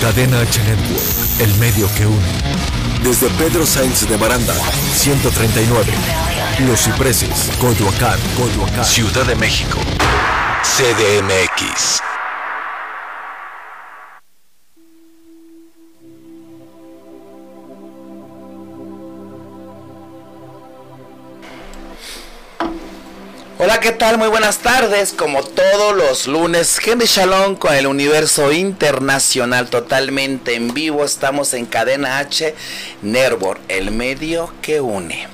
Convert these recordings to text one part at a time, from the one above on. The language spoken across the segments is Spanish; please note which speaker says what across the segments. Speaker 1: Cadena H Network, el medio que une. Desde Pedro Sainz de Baranda, 139. Los Cipreses, Coyoacán, Coyoacán. Ciudad de México. CDMX.
Speaker 2: Hola, ¿qué tal? Muy buenas tardes. Como todos los lunes, Henry Shalom con el universo internacional totalmente en vivo. Estamos en Cadena H, Nervor, el medio que une.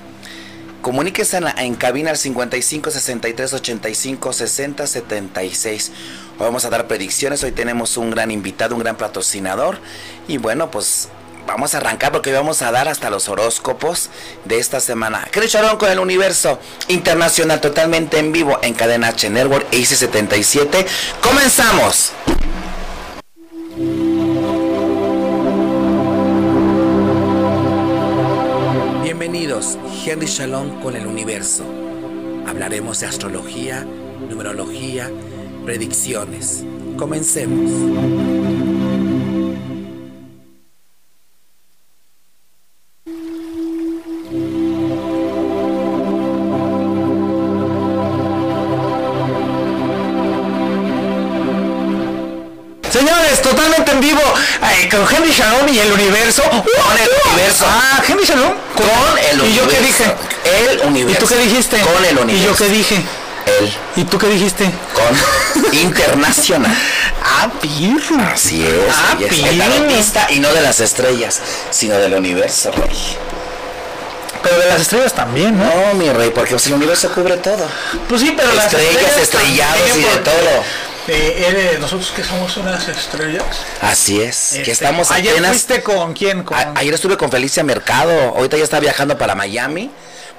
Speaker 2: Comuníquese en, la- en cabina al 55 63 85 60 76. Hoy vamos a dar predicciones. Hoy tenemos un gran invitado, un gran patrocinador. Y bueno, pues vamos a arrancar porque hoy vamos a dar hasta los horóscopos de esta semana. Henry Shalom con el universo internacional totalmente en vivo en Cadena H Network IC77. ¡Comenzamos! Bienvenidos, Henry Shalom con el universo. Hablaremos de astrología, numerología, predicciones. Comencemos.
Speaker 3: Señores, totalmente en vivo eh, con Henry Shalom y el universo.
Speaker 2: Con el universo.
Speaker 3: Ah, Henry Shalom.
Speaker 2: Con el universo.
Speaker 3: ¿Y yo qué dije?
Speaker 2: El
Speaker 3: ¿Y
Speaker 2: universo.
Speaker 3: tú qué dijiste?
Speaker 2: Con el
Speaker 3: ¿Y yo
Speaker 2: universo.
Speaker 3: qué dije?
Speaker 2: El
Speaker 3: ¿Y tú qué dijiste?
Speaker 2: con internacional.
Speaker 3: Ah, pirro.
Speaker 2: Así es.
Speaker 3: Ah,
Speaker 2: ahí es.
Speaker 3: pino.
Speaker 2: El tarotista y no de las estrellas, sino del universo, rey.
Speaker 3: Pero de las estrellas también, ¿no?
Speaker 2: No, mi rey, porque pues, el universo cubre todo.
Speaker 3: Pues sí, pero las
Speaker 2: Estrellas, estrellados y de
Speaker 3: también,
Speaker 2: todo.
Speaker 4: Eh, eres- nosotros que somos unas estrellas.
Speaker 2: Así es.
Speaker 3: porque-
Speaker 2: que estamos
Speaker 3: Este, Ayer
Speaker 2: apenas
Speaker 3: fuiste con quién? Con...
Speaker 2: A- ayer estuve con Felicia Mercado, ahorita ya está viajando para Miami.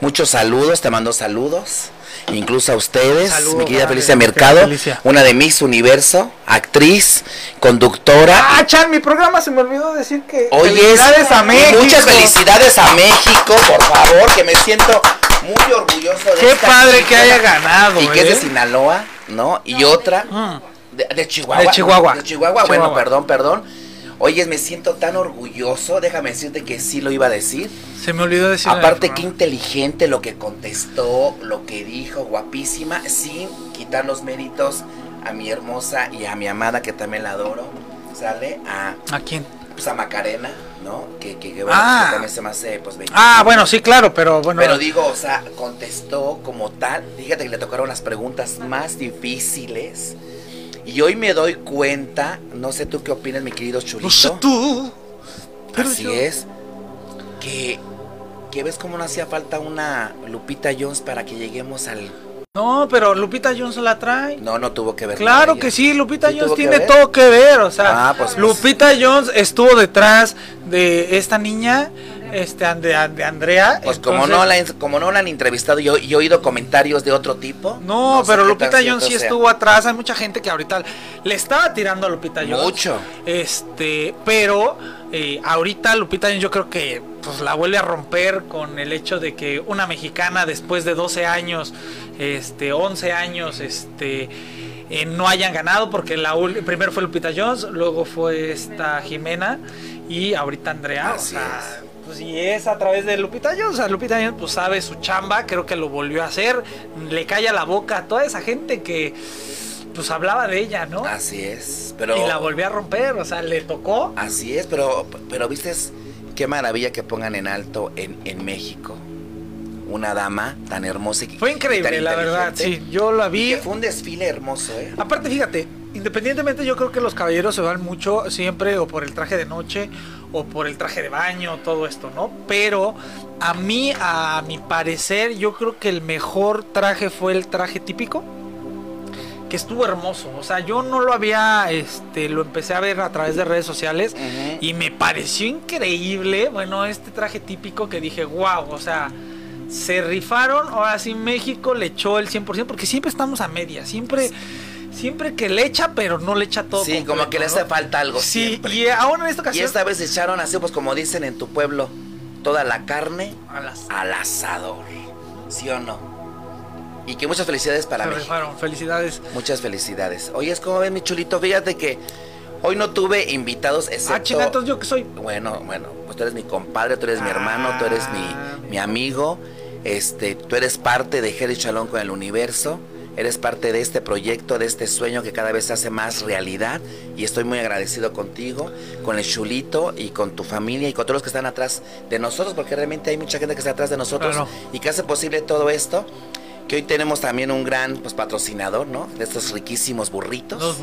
Speaker 2: Muchos saludos, te mando saludos, incluso a ustedes,
Speaker 3: Saludo
Speaker 2: mi querida
Speaker 3: grande,
Speaker 2: Felicia
Speaker 3: mi querida
Speaker 2: Mercado,
Speaker 3: Felicia.
Speaker 2: una de Miss Universo, actriz, conductora.
Speaker 3: Ah, Chan, mi programa se me olvidó decir que.
Speaker 2: Hoy es-
Speaker 3: felicidades a México.
Speaker 2: Muchas felicidades a México, por favor, que me siento muy orgulloso de
Speaker 3: Qué
Speaker 2: esta
Speaker 3: padre que
Speaker 2: chica,
Speaker 3: haya ganado.
Speaker 2: Y que es
Speaker 3: ¿eh?
Speaker 2: de Sinaloa, ¿no? Y otra
Speaker 3: Ah.
Speaker 2: de, de Chihuahua.
Speaker 3: De Chihuahua.
Speaker 2: De Chihuahua, bueno,
Speaker 3: Chihuahua.
Speaker 2: perdón, perdón. Oye, me siento tan orgulloso, déjame decirte que sí lo iba a decir.
Speaker 3: Se me olvidó decir.
Speaker 2: Aparte, qué inteligente lo que contestó, lo que dijo, guapísima, sin quitar los méritos a mi hermosa y a mi amada, que también la adoro, ¿sale? A,
Speaker 3: ¿A quién?
Speaker 2: pues, a Macarena, ¿no? Que, que, que, bueno,
Speaker 3: Ah.
Speaker 2: que también se me hace, pues, bellísima.
Speaker 3: Ah, bueno, sí, claro, pero bueno.
Speaker 2: Pero digo, o sea, contestó como tal. Fíjate que le tocaron las preguntas más difíciles. Y hoy me doy cuenta, no sé tú qué opinas, mi querido Chulito.
Speaker 3: No sé tú. pero
Speaker 2: Así
Speaker 3: yo-
Speaker 2: es. Que, que ves cómo no hacía falta una Lupita Jones para que lleguemos al.
Speaker 3: No, pero Lupita Jones la trae.
Speaker 2: No, no tuvo que ver. con
Speaker 3: Claro
Speaker 2: ella.
Speaker 3: que sí, Lupita
Speaker 2: ¿Sí
Speaker 3: Jones
Speaker 2: tuvo que
Speaker 3: tiene
Speaker 2: ver?
Speaker 3: todo que ver, o sea,
Speaker 2: Ah, pues, pues.
Speaker 3: Lupita Jones estuvo detrás de esta niña, este, and- de, de Andrea.
Speaker 2: Pues como
Speaker 3: entonces-
Speaker 2: no, la, como no la han entrevistado y yo, y he oído comentarios de otro tipo.
Speaker 3: No,
Speaker 2: sé
Speaker 3: pero
Speaker 2: qué
Speaker 3: Lupita
Speaker 2: tan cierto
Speaker 3: Jones sí
Speaker 2: sea.
Speaker 3: estuvo atrás. Hay mucha gente que ahorita le estaba tirando a Lupita Jones.
Speaker 2: Mucho.
Speaker 3: Este, pero eh, ahorita Lupita Jones yo creo que pues la vuelve a romper con el hecho de que una mexicana después de 12 años, este, 11 años, este eh, no hayan ganado porque la ul- primero fue Lupita Jones, luego fue esta Jimena y ahorita Andrea, o
Speaker 2: Así
Speaker 3: sea,
Speaker 2: es.
Speaker 3: pues y es a través de Lupita Jones. O sea, Lupita Jones pues sabe su chamba, creo que lo volvió a hacer. Le calla la boca a toda esa gente que pues hablaba de ella, ¿no?
Speaker 2: Así es. Pero.
Speaker 3: Y la volvió a romper, o sea, le tocó.
Speaker 2: Así es, pero, pero viste qué maravilla que pongan en alto en, en México. Una dama tan hermosa y y
Speaker 3: Fue
Speaker 2: tan
Speaker 3: increíble, la verdad,
Speaker 2: inteligente.
Speaker 3: sí, yo la
Speaker 2: Y
Speaker 3: vi.
Speaker 2: que fue un desfile hermoso, ¿eh?
Speaker 3: Aparte, fíjate, independientemente yo creo que los caballeros se van mucho siempre o por el traje de noche o por el traje de baño, todo esto, ¿no? Pero a mí, a mi parecer, yo creo que el mejor traje fue el traje típico. Que estuvo hermoso, o sea, yo no lo había, este, lo empecé a ver a través de redes sociales
Speaker 2: Ujú.
Speaker 3: y me pareció increíble, bueno, este traje típico que dije, wow, o sea, se rifaron, ahora sí México le echó el 100%, porque siempre estamos a media, siempre, siempre que le echa, pero no le echa todo.
Speaker 2: sí, como
Speaker 3: completo,
Speaker 2: que le
Speaker 3: ¿no?
Speaker 2: hace falta algo.
Speaker 3: Sí,
Speaker 2: siempre.
Speaker 3: y ahora en esta
Speaker 2: Y
Speaker 3: ocasión...
Speaker 2: esta vez echaron así, pues como dicen en tu pueblo, toda la carne
Speaker 3: A las-
Speaker 2: al asador. ¿Sí o no? Y que muchas felicidades para
Speaker 3: se
Speaker 2: México.
Speaker 3: rifaron, felicidades.
Speaker 2: Muchas felicidades. Oye, es como ven mi chulito, fíjate que Hoy no tuve invitados, excepto...
Speaker 3: Ah, chinga, entonces yo que soy.
Speaker 2: Bueno, bueno, pues tú eres mi compadre, tú eres mi hermano, tú eres
Speaker 3: Ah.
Speaker 2: mi, mi amigo, este, tú eres parte de Jerry Chalón con el universo, eres parte de este proyecto, de este sueño que cada vez se hace más realidad y estoy muy agradecido contigo, con el chulito y con tu familia y con todos los que están atrás de nosotros, porque realmente hay mucha gente que está atrás de nosotros
Speaker 3: Claro.
Speaker 2: y que hace posible todo esto. Que hoy tenemos también un gran pues, patrocinador, ¿no? De estos riquísimos burritos.
Speaker 3: Los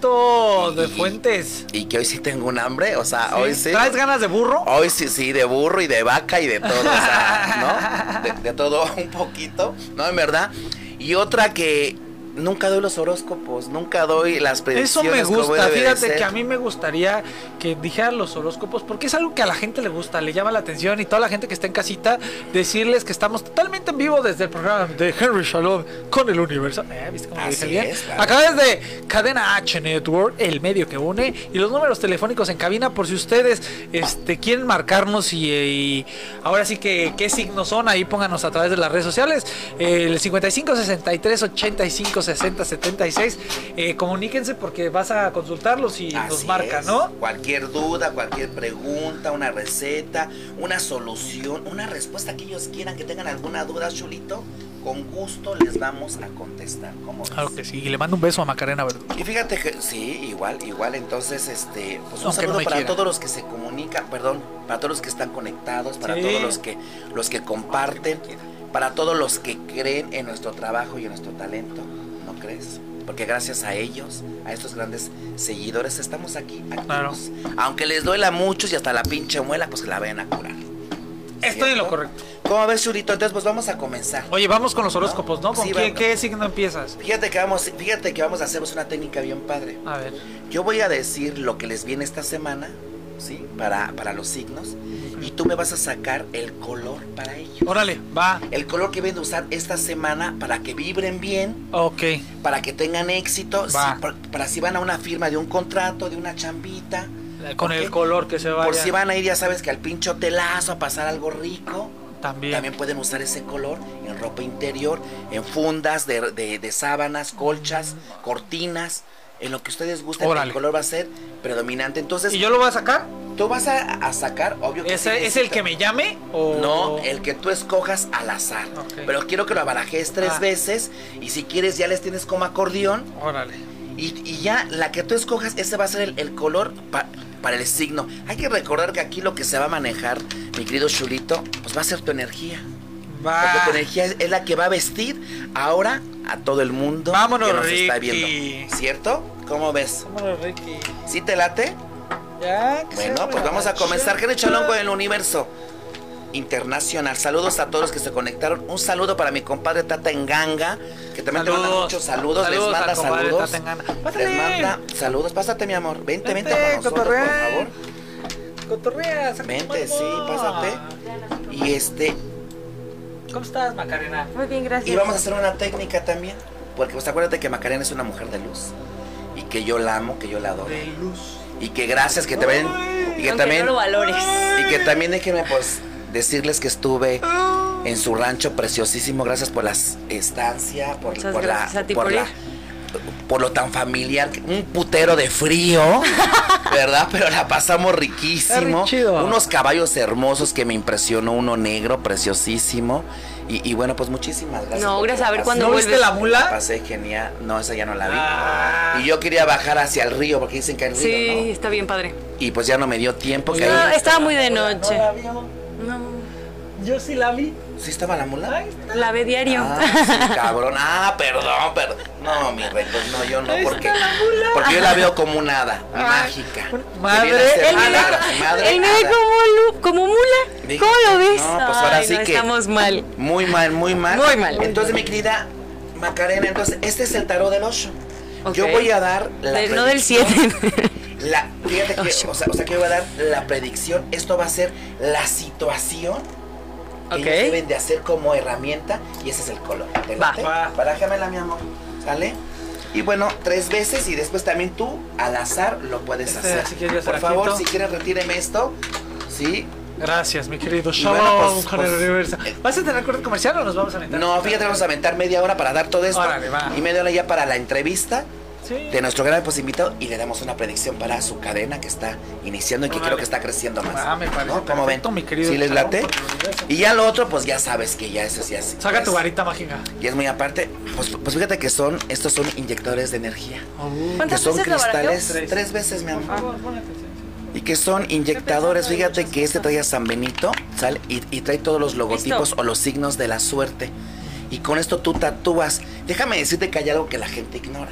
Speaker 3: burritos de
Speaker 2: Y-
Speaker 3: fuentes.
Speaker 2: Y que hoy sí tengo un hambre, o sea, hoy sí. Oh,
Speaker 3: ¿Traes ganas de burro?
Speaker 2: Hoy sí, sí, de burro y de vaca y de todo, o sea, ¿no? De, de todo un poquito, ¿no? En verdad. Y otra que nunca doy los horóscopos, nunca doy las
Speaker 3: Eso
Speaker 2: predicciones.
Speaker 3: me
Speaker 2: como
Speaker 3: gusta,
Speaker 2: debe de
Speaker 3: fíjate
Speaker 2: ser.
Speaker 3: que a mí me gustaría que dijeran los horóscopos, porque es algo que a la gente le gusta, le llama la atención y toda la gente que está en casita, decirles que estamos totalmente en vivo desde el programa de Henry Shalom con el universo. Eh, ¿Viste cómo lo
Speaker 2: Así
Speaker 3: dije bien?
Speaker 2: es, claro.
Speaker 3: Acá desde Cadena H Network, el medio que une, y los números telefónicos en cabina por si ustedes este, quieren marcarnos y, y ahora sí que qué signos son, ahí pónganos a través de las redes sociales, eh, el 55 63 85 60 76, eh, comuníquense porque vas a consultarlos y nos
Speaker 2: Así
Speaker 3: marca,
Speaker 2: es.
Speaker 3: ¿no?
Speaker 2: Cualquier duda, cualquier pregunta, una receta, una solución, una respuesta que ellos quieran, que tengan alguna duda, Chulito, con gusto les vamos a contestar. ¿Cómo ves?
Speaker 3: Claro que sí, y le mando un beso a Macarena Verdú.
Speaker 2: Y fíjate que sí, igual, igual. Entonces, este, pues un
Speaker 3: Aunque no
Speaker 2: saludo
Speaker 3: me
Speaker 2: para
Speaker 3: quiera.
Speaker 2: todos los que se comunican, perdón, para todos los que están conectados, para
Speaker 3: Sí.
Speaker 2: todos los que los que comparten, para todos los que creen en nuestro trabajo y en nuestro talento, ¿no crees? Porque gracias a ellos, a estos grandes seguidores, estamos aquí.
Speaker 3: Claro.
Speaker 2: activos. Aunque les duela a muchos y hasta la pinche muela, pues que la vayan a curar.
Speaker 3: Estoy en lo correcto.
Speaker 2: ¿Cómo ves, Churito? Entonces, pues vamos a comenzar.
Speaker 3: Oye, vamos con los horóscopos, ¿no? ¿Con
Speaker 2: Sí,
Speaker 3: quién,
Speaker 2: vamos.
Speaker 3: qué signo empiezas?
Speaker 2: Fíjate que vamos, fíjate que vamos a hacer pues, una técnica bien padre.
Speaker 3: A ver.
Speaker 2: Yo voy a decir lo que les viene esta semana, ¿sí? Para, para los signos. Y tú me vas a sacar el color para ellos.
Speaker 3: Órale, va.
Speaker 2: El color que vienen a usar esta semana para que vibren bien,
Speaker 3: Ok.
Speaker 2: para que tengan éxito, si-
Speaker 3: Va.
Speaker 2: por- para, si van a una firma de un contrato, de una chambita,
Speaker 3: Con el
Speaker 2: Ok.
Speaker 3: color que se vaya.
Speaker 2: por si van a ir, ya sabes que al pincho telazo a pasar algo rico.
Speaker 3: También.
Speaker 2: También pueden usar ese color en ropa interior, en fundas de, de- de sábanas, colchas, cortinas, en lo que ustedes gusten.
Speaker 3: Órale.
Speaker 2: El color va a ser predominante. Entonces,
Speaker 3: ¿Y yo lo voy a sacar?
Speaker 2: Tú vas a, a sacar, obvio que sí,
Speaker 3: ¿Ese es el que me llame? O...
Speaker 2: No, el que tú escojas al azar.
Speaker 3: Ok.
Speaker 2: Pero quiero que lo abarajes tres
Speaker 3: Ah.
Speaker 2: veces y si quieres ya les tienes como acordeón
Speaker 3: Órale.
Speaker 2: y, y ya la que tú escojas, ese va a ser el, el color pa- para el signo. Hay que recordar que aquí lo que se va a manejar, mi querido Chulito, pues va a ser tu energía.
Speaker 3: Va.
Speaker 2: Porque tu energía es, es la que va a vestir ahora a todo el mundo
Speaker 3: Vámonos,
Speaker 2: que nos está
Speaker 3: Ricky.
Speaker 2: viendo. ¿Cierto? ¿Cómo ves?
Speaker 3: Vámonos, Ricky.
Speaker 2: ¿Sí te late?
Speaker 3: Ya, que se
Speaker 2: Bueno, pues
Speaker 3: abra
Speaker 2: vamos
Speaker 3: la
Speaker 2: a comenzar. eh, Henry Chalón
Speaker 3: chapa.
Speaker 2: con el universo internacional. Saludos a todos los que se conectaron. Un saludo para mi compadre Tata Enganga, que también te manda
Speaker 3: Saludos.
Speaker 2: muchos saludos.
Speaker 3: Saludos
Speaker 2: Les manda
Speaker 3: al compadre
Speaker 2: saludos.
Speaker 3: Tata Enganga.
Speaker 2: Les
Speaker 3: Pásale.
Speaker 2: manda saludos. Pásate, mi amor. Vente, vente,
Speaker 3: Vente,
Speaker 2: con nosotros, por
Speaker 3: cotorrea.
Speaker 2: favor.
Speaker 3: Cotorrea, saca tu
Speaker 2: Vente,
Speaker 3: mano.
Speaker 2: sí, pásate. Y este,
Speaker 3: ¿Cómo estás, Macarena?
Speaker 5: Muy bien, gracias.
Speaker 2: y vamos a hacer una técnica también. Porque pues acuérdate que Macarena es una mujer de luz. Y que yo la amo, que yo la adoro.
Speaker 3: De luz.
Speaker 2: Y que gracias, que te ven. Y que
Speaker 5: Aunque
Speaker 2: también.
Speaker 5: no lo valores.
Speaker 2: Y que también déjenme pues decirles que estuve en su rancho preciosísimo. Gracias por la estancia, por,
Speaker 5: Muchas
Speaker 2: por la,
Speaker 5: gracias a ti
Speaker 2: por
Speaker 5: por
Speaker 2: la- por lo tan familiar, que- un putero de frío, ¿verdad? Pero la pasamos riquísimo.
Speaker 3: Está re chido.
Speaker 2: Unos caballos hermosos que me impresionó, uno negro preciosísimo. Y, y bueno, pues muchísimas gracias.
Speaker 5: No,
Speaker 2: porque
Speaker 5: gracias, a ver
Speaker 2: la
Speaker 5: cuándo
Speaker 3: ¿No
Speaker 2: pasé-
Speaker 3: viste
Speaker 5: vuelves?
Speaker 2: la
Speaker 3: la mula?
Speaker 2: pasé genial. No, esa ya no la vi.
Speaker 3: Ah.
Speaker 2: Y yo quería bajar hacia el río porque dicen que hay río,
Speaker 5: Sí,
Speaker 2: ¿no?
Speaker 5: está bien padre.
Speaker 2: Y pues ya no me dio tiempo que
Speaker 5: No,
Speaker 2: ahí-
Speaker 5: estaba muy de noche.
Speaker 3: la vio.
Speaker 5: No,
Speaker 3: Yo sí la vi.
Speaker 2: ¿Sí estaba la mula?
Speaker 5: la ve diario.
Speaker 2: Ah, sí, cabrón. Ah, perdón, perdón. No, mi rey, pues no, yo no, porque, porque yo la veo como un hada mágica.
Speaker 3: madre.
Speaker 2: Que viene a ser
Speaker 5: Él me
Speaker 2: hada,
Speaker 5: ve,
Speaker 2: mi madre
Speaker 5: él me
Speaker 2: hada.
Speaker 5: ve como, lu- como mula.
Speaker 2: Dije,
Speaker 5: ¿Cómo lo ves?
Speaker 2: no, pues ahora
Speaker 5: Ay,
Speaker 2: sí
Speaker 5: no,
Speaker 2: que-
Speaker 5: Estamos mal.
Speaker 2: Muy mal, muy mal.
Speaker 5: Muy mal.
Speaker 2: Entonces, mi querida Macarena, entonces, este es el tarot del 8.
Speaker 5: Ok.
Speaker 2: Yo voy a dar la
Speaker 5: Del- no del
Speaker 2: predicción.
Speaker 5: 7.
Speaker 2: La, fíjate que,
Speaker 5: Ocho.
Speaker 2: o sea, o sea, que yo voy a dar la predicción. Esto va a ser la situación que
Speaker 5: Ok.
Speaker 2: ellos deben de hacer como herramienta y ese es el color. ¿Te
Speaker 5: Va.
Speaker 2: late?
Speaker 3: Va.
Speaker 2: Barájamela, mi amor. ¿Sale? Y bueno, tres veces y después también tú al azar lo puedes
Speaker 3: Este,
Speaker 2: hacer.
Speaker 3: si quieres, yo se
Speaker 2: Por
Speaker 3: la
Speaker 2: favor,
Speaker 3: quito.
Speaker 2: si quieres retíreme esto. Sí.
Speaker 3: Gracias, mi querido
Speaker 2: Y bueno,
Speaker 3: Shalom
Speaker 2: pues-
Speaker 3: con el
Speaker 2: pues-
Speaker 3: universo. ¿Vas a tener corte comercial o nos vamos a meter?
Speaker 2: No, fíjate, vamos a aventar media hora para dar todo esto.
Speaker 3: Órale, va.
Speaker 2: Y media hora ya para la entrevista.
Speaker 3: Sí.
Speaker 2: de nuestro gran pues, invitado y le damos una predicción para su cadena que está iniciando y que
Speaker 3: Órale.
Speaker 2: creo que está creciendo más.
Speaker 3: Ah, me parece
Speaker 2: ¿No? ¿Cómo ven?
Speaker 3: perfecto, mi querido
Speaker 2: ¿Sí les
Speaker 3: Chavo,
Speaker 2: late?
Speaker 3: pues,
Speaker 2: Y ya lo otro, pues ya sabes que ya eso sí es.
Speaker 3: Saca tu
Speaker 2: pues,
Speaker 3: varita mágica.
Speaker 2: Y es muy aparte, pues, pues fíjate que son, estos son inyectores de energía.
Speaker 3: Ah,
Speaker 2: Que
Speaker 5: ¿Cuántas
Speaker 2: son
Speaker 5: veces lo barateó?
Speaker 2: cristales tres. veces, mi amor.
Speaker 3: Por
Speaker 2: Y que son inyectadores. Fíjate que este trae a San Benito, sale y, y trae todos los logotipos
Speaker 5: Listo.
Speaker 2: o los signos de la suerte. Y con esto tú tatúas. Déjame decirte que hay algo que la gente ignora.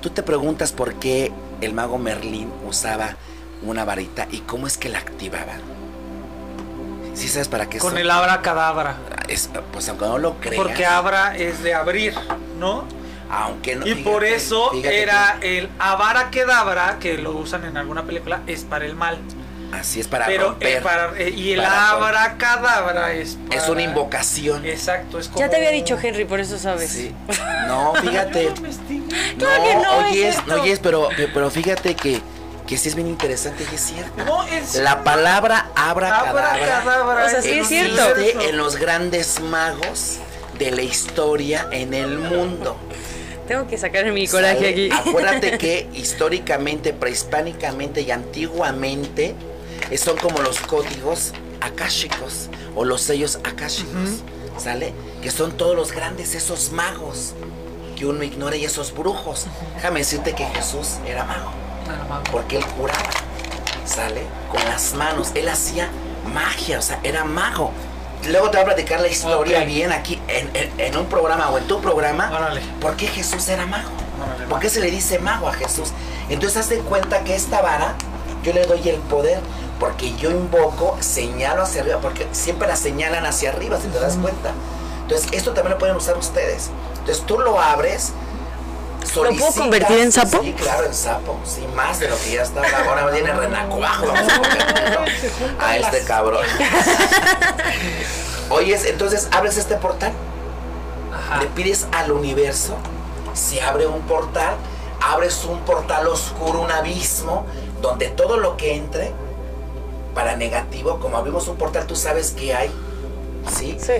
Speaker 2: Tú te preguntas por qué el mago Merlín usaba una varita y cómo es que la activaba. ¿Sí sabes para qué
Speaker 3: Con
Speaker 2: son?
Speaker 3: el abra cadabra.
Speaker 2: Es- pues aunque no lo creas,
Speaker 3: Porque abra es de abrir, ¿no?
Speaker 2: aunque no
Speaker 3: Y por
Speaker 2: fíjate,
Speaker 3: eso
Speaker 2: fíjate que-
Speaker 3: era el avara quedabra, que lo usan en alguna película, es para el mal.
Speaker 2: así es para
Speaker 3: Pero
Speaker 2: romper.
Speaker 3: eh, para- eh, y el
Speaker 2: para todo.
Speaker 3: abra cadabra es para-
Speaker 2: es una invocación.
Speaker 3: Exacto, es como.
Speaker 5: Ya te había dicho Henry, por eso sabes.
Speaker 2: Sí. No,
Speaker 3: Yo
Speaker 2: fíjate.
Speaker 3: no investigué.
Speaker 5: Claro que no,
Speaker 2: oye,
Speaker 5: es
Speaker 2: es-
Speaker 5: cierto.
Speaker 2: oye, es, pero, pero fíjate que, que sí es bien interesante y es cierto.
Speaker 3: No, es.
Speaker 2: La palabra abra
Speaker 3: Abra
Speaker 2: cadabra
Speaker 3: cadabra.
Speaker 5: O sea, sí es
Speaker 3: un
Speaker 5: cierto.
Speaker 2: existe
Speaker 3: universo.
Speaker 2: en los grandes magos de la historia en el mundo.
Speaker 5: Tengo que sacar mi coraje
Speaker 2: ¿Sale?
Speaker 5: aquí.
Speaker 2: Acuérdate que históricamente, prehispánicamente y antiguamente eh, son como los códigos akáshicos o los sellos akáshicos, ¿sale? Que son todos los grandes esos magos que uno ignora y esos brujos. Déjame decirte que Jesús era mago porque él curaba, ¿sale? Con las manos, él hacía magia, o sea, era mago. Luego te voy a platicar la historia
Speaker 3: Ok.
Speaker 2: bien aquí en, en- en un programa o en tu programa.
Speaker 3: Órale.
Speaker 2: ¿Por qué Jesús era mago?
Speaker 3: Órale,
Speaker 2: ¿Por qué se le dice mago a Jesús? Entonces haz de cuenta que esta vara yo le doy el poder porque yo invoco, señalo hacia arriba, porque siempre la señalan hacia arriba, si te das cuenta. Entonces esto también lo pueden usar ustedes. Entonces tú lo abres.
Speaker 5: puedo
Speaker 2: solicitas-
Speaker 5: convertir en sapo?
Speaker 2: Sí, claro, en sapo. Sí, más de lo que ya estaba. Ahora viene renacuajo. Vamos a convertirlo a este cabrón. Oyes, entonces abres este portal le pides al universo, se abre un portal, abres un portal oscuro, un abismo, donde todo lo que entre, para negativo, como abrimos un portal, tú sabes que hay, ¿sí?
Speaker 5: Sí.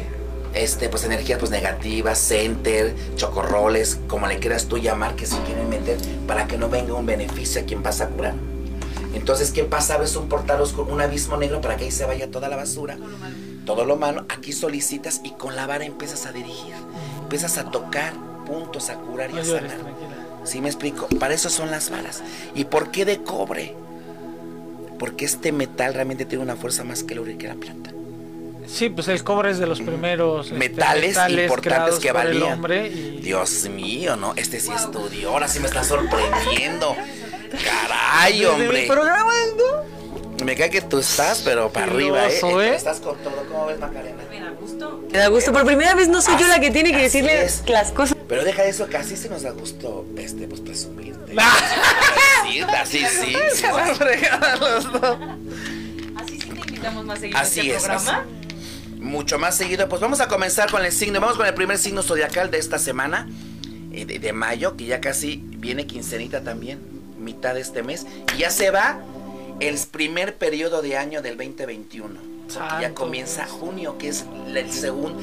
Speaker 2: Este, pues energías pues negativas, center, chocorroles, como le quieras tú llamar, que se quieren meter, para que no venga un beneficio a quien vas a curar. Entonces, ¿qué pasa? Abres un portal oscuro, un abismo negro para que ahí se vaya toda la basura todo lo malo, aquí solicitas y con la vara empiezas a dirigir, empiezas a tocar puntos, a curar y
Speaker 3: No
Speaker 2: a
Speaker 3: llores,
Speaker 2: sanar.
Speaker 3: tranquila.
Speaker 2: ¿Sí me explico? Para eso son las varas. ¿Y por qué de cobre? Porque este metal realmente tiene una fuerza más que el oro y que la plata.
Speaker 3: Sí, pues el cobre es de los primeros este,
Speaker 2: Metales importantes
Speaker 3: creados
Speaker 2: que
Speaker 3: por el
Speaker 2: valían.
Speaker 3: hombre y-
Speaker 2: Dios mío, ¿no? Este sí estudió, ahora sí me está sorprendiendo. Caray,
Speaker 3: Desde mi
Speaker 2: hombre.
Speaker 3: programa, ¿no?
Speaker 2: Me cae que tú estás, pero para arriba, ¿eh?
Speaker 3: Filoso, ¿eh?
Speaker 2: Estás con todo. ¿Cómo ves, Macarena?
Speaker 5: Me da gusto. Por primera vez no soy yo la que tiene que
Speaker 2: Así
Speaker 5: decirle
Speaker 2: es.
Speaker 5: las cosas.
Speaker 2: Pero deja eso, que así se nos da gusto, este, pues presumirte. Sí, así sí.
Speaker 6: Así sí te invitamos más seguido
Speaker 2: Así
Speaker 6: a este
Speaker 2: es.
Speaker 6: programa.
Speaker 2: así. Mucho más seguido. Pues vamos a comenzar con el signo. Vamos con el primer signo zodiacal de esta semana, eh, de, de mayo, que ya casi viene quincenita también, mitad de este mes. Y ya se va el primer periodo de año del 2021. Porque ya
Speaker 3: Santo
Speaker 2: comienza
Speaker 3: Dios.
Speaker 2: junio, que es la- el segun-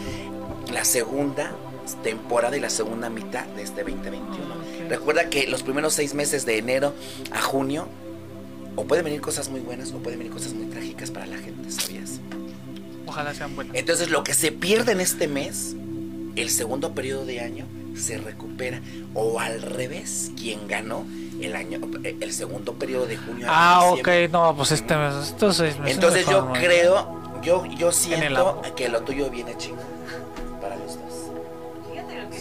Speaker 2: la segunda temporada y la segunda mitad de este 2021.
Speaker 3: Ah,
Speaker 2: Recuerda que los primeros seis meses de enero a junio o pueden venir cosas muy buenas o pueden venir cosas muy trágicas para la gente, ¿sabías?
Speaker 3: Ojalá sean buenas.
Speaker 2: Entonces lo que se pierde en este mes, el segundo periodo de año, se recupera. O al revés, quien ganó el año, el segundo periodo de junio a
Speaker 3: Ah, ok,
Speaker 2: diciembre.
Speaker 3: no, pues este mes, estos seis meses
Speaker 2: Entonces
Speaker 3: fueron
Speaker 2: yo
Speaker 3: muy-
Speaker 2: creo, yo, yo
Speaker 3: el
Speaker 2: siento
Speaker 3: amor.
Speaker 2: que lo tuyo viene chingón para los dos.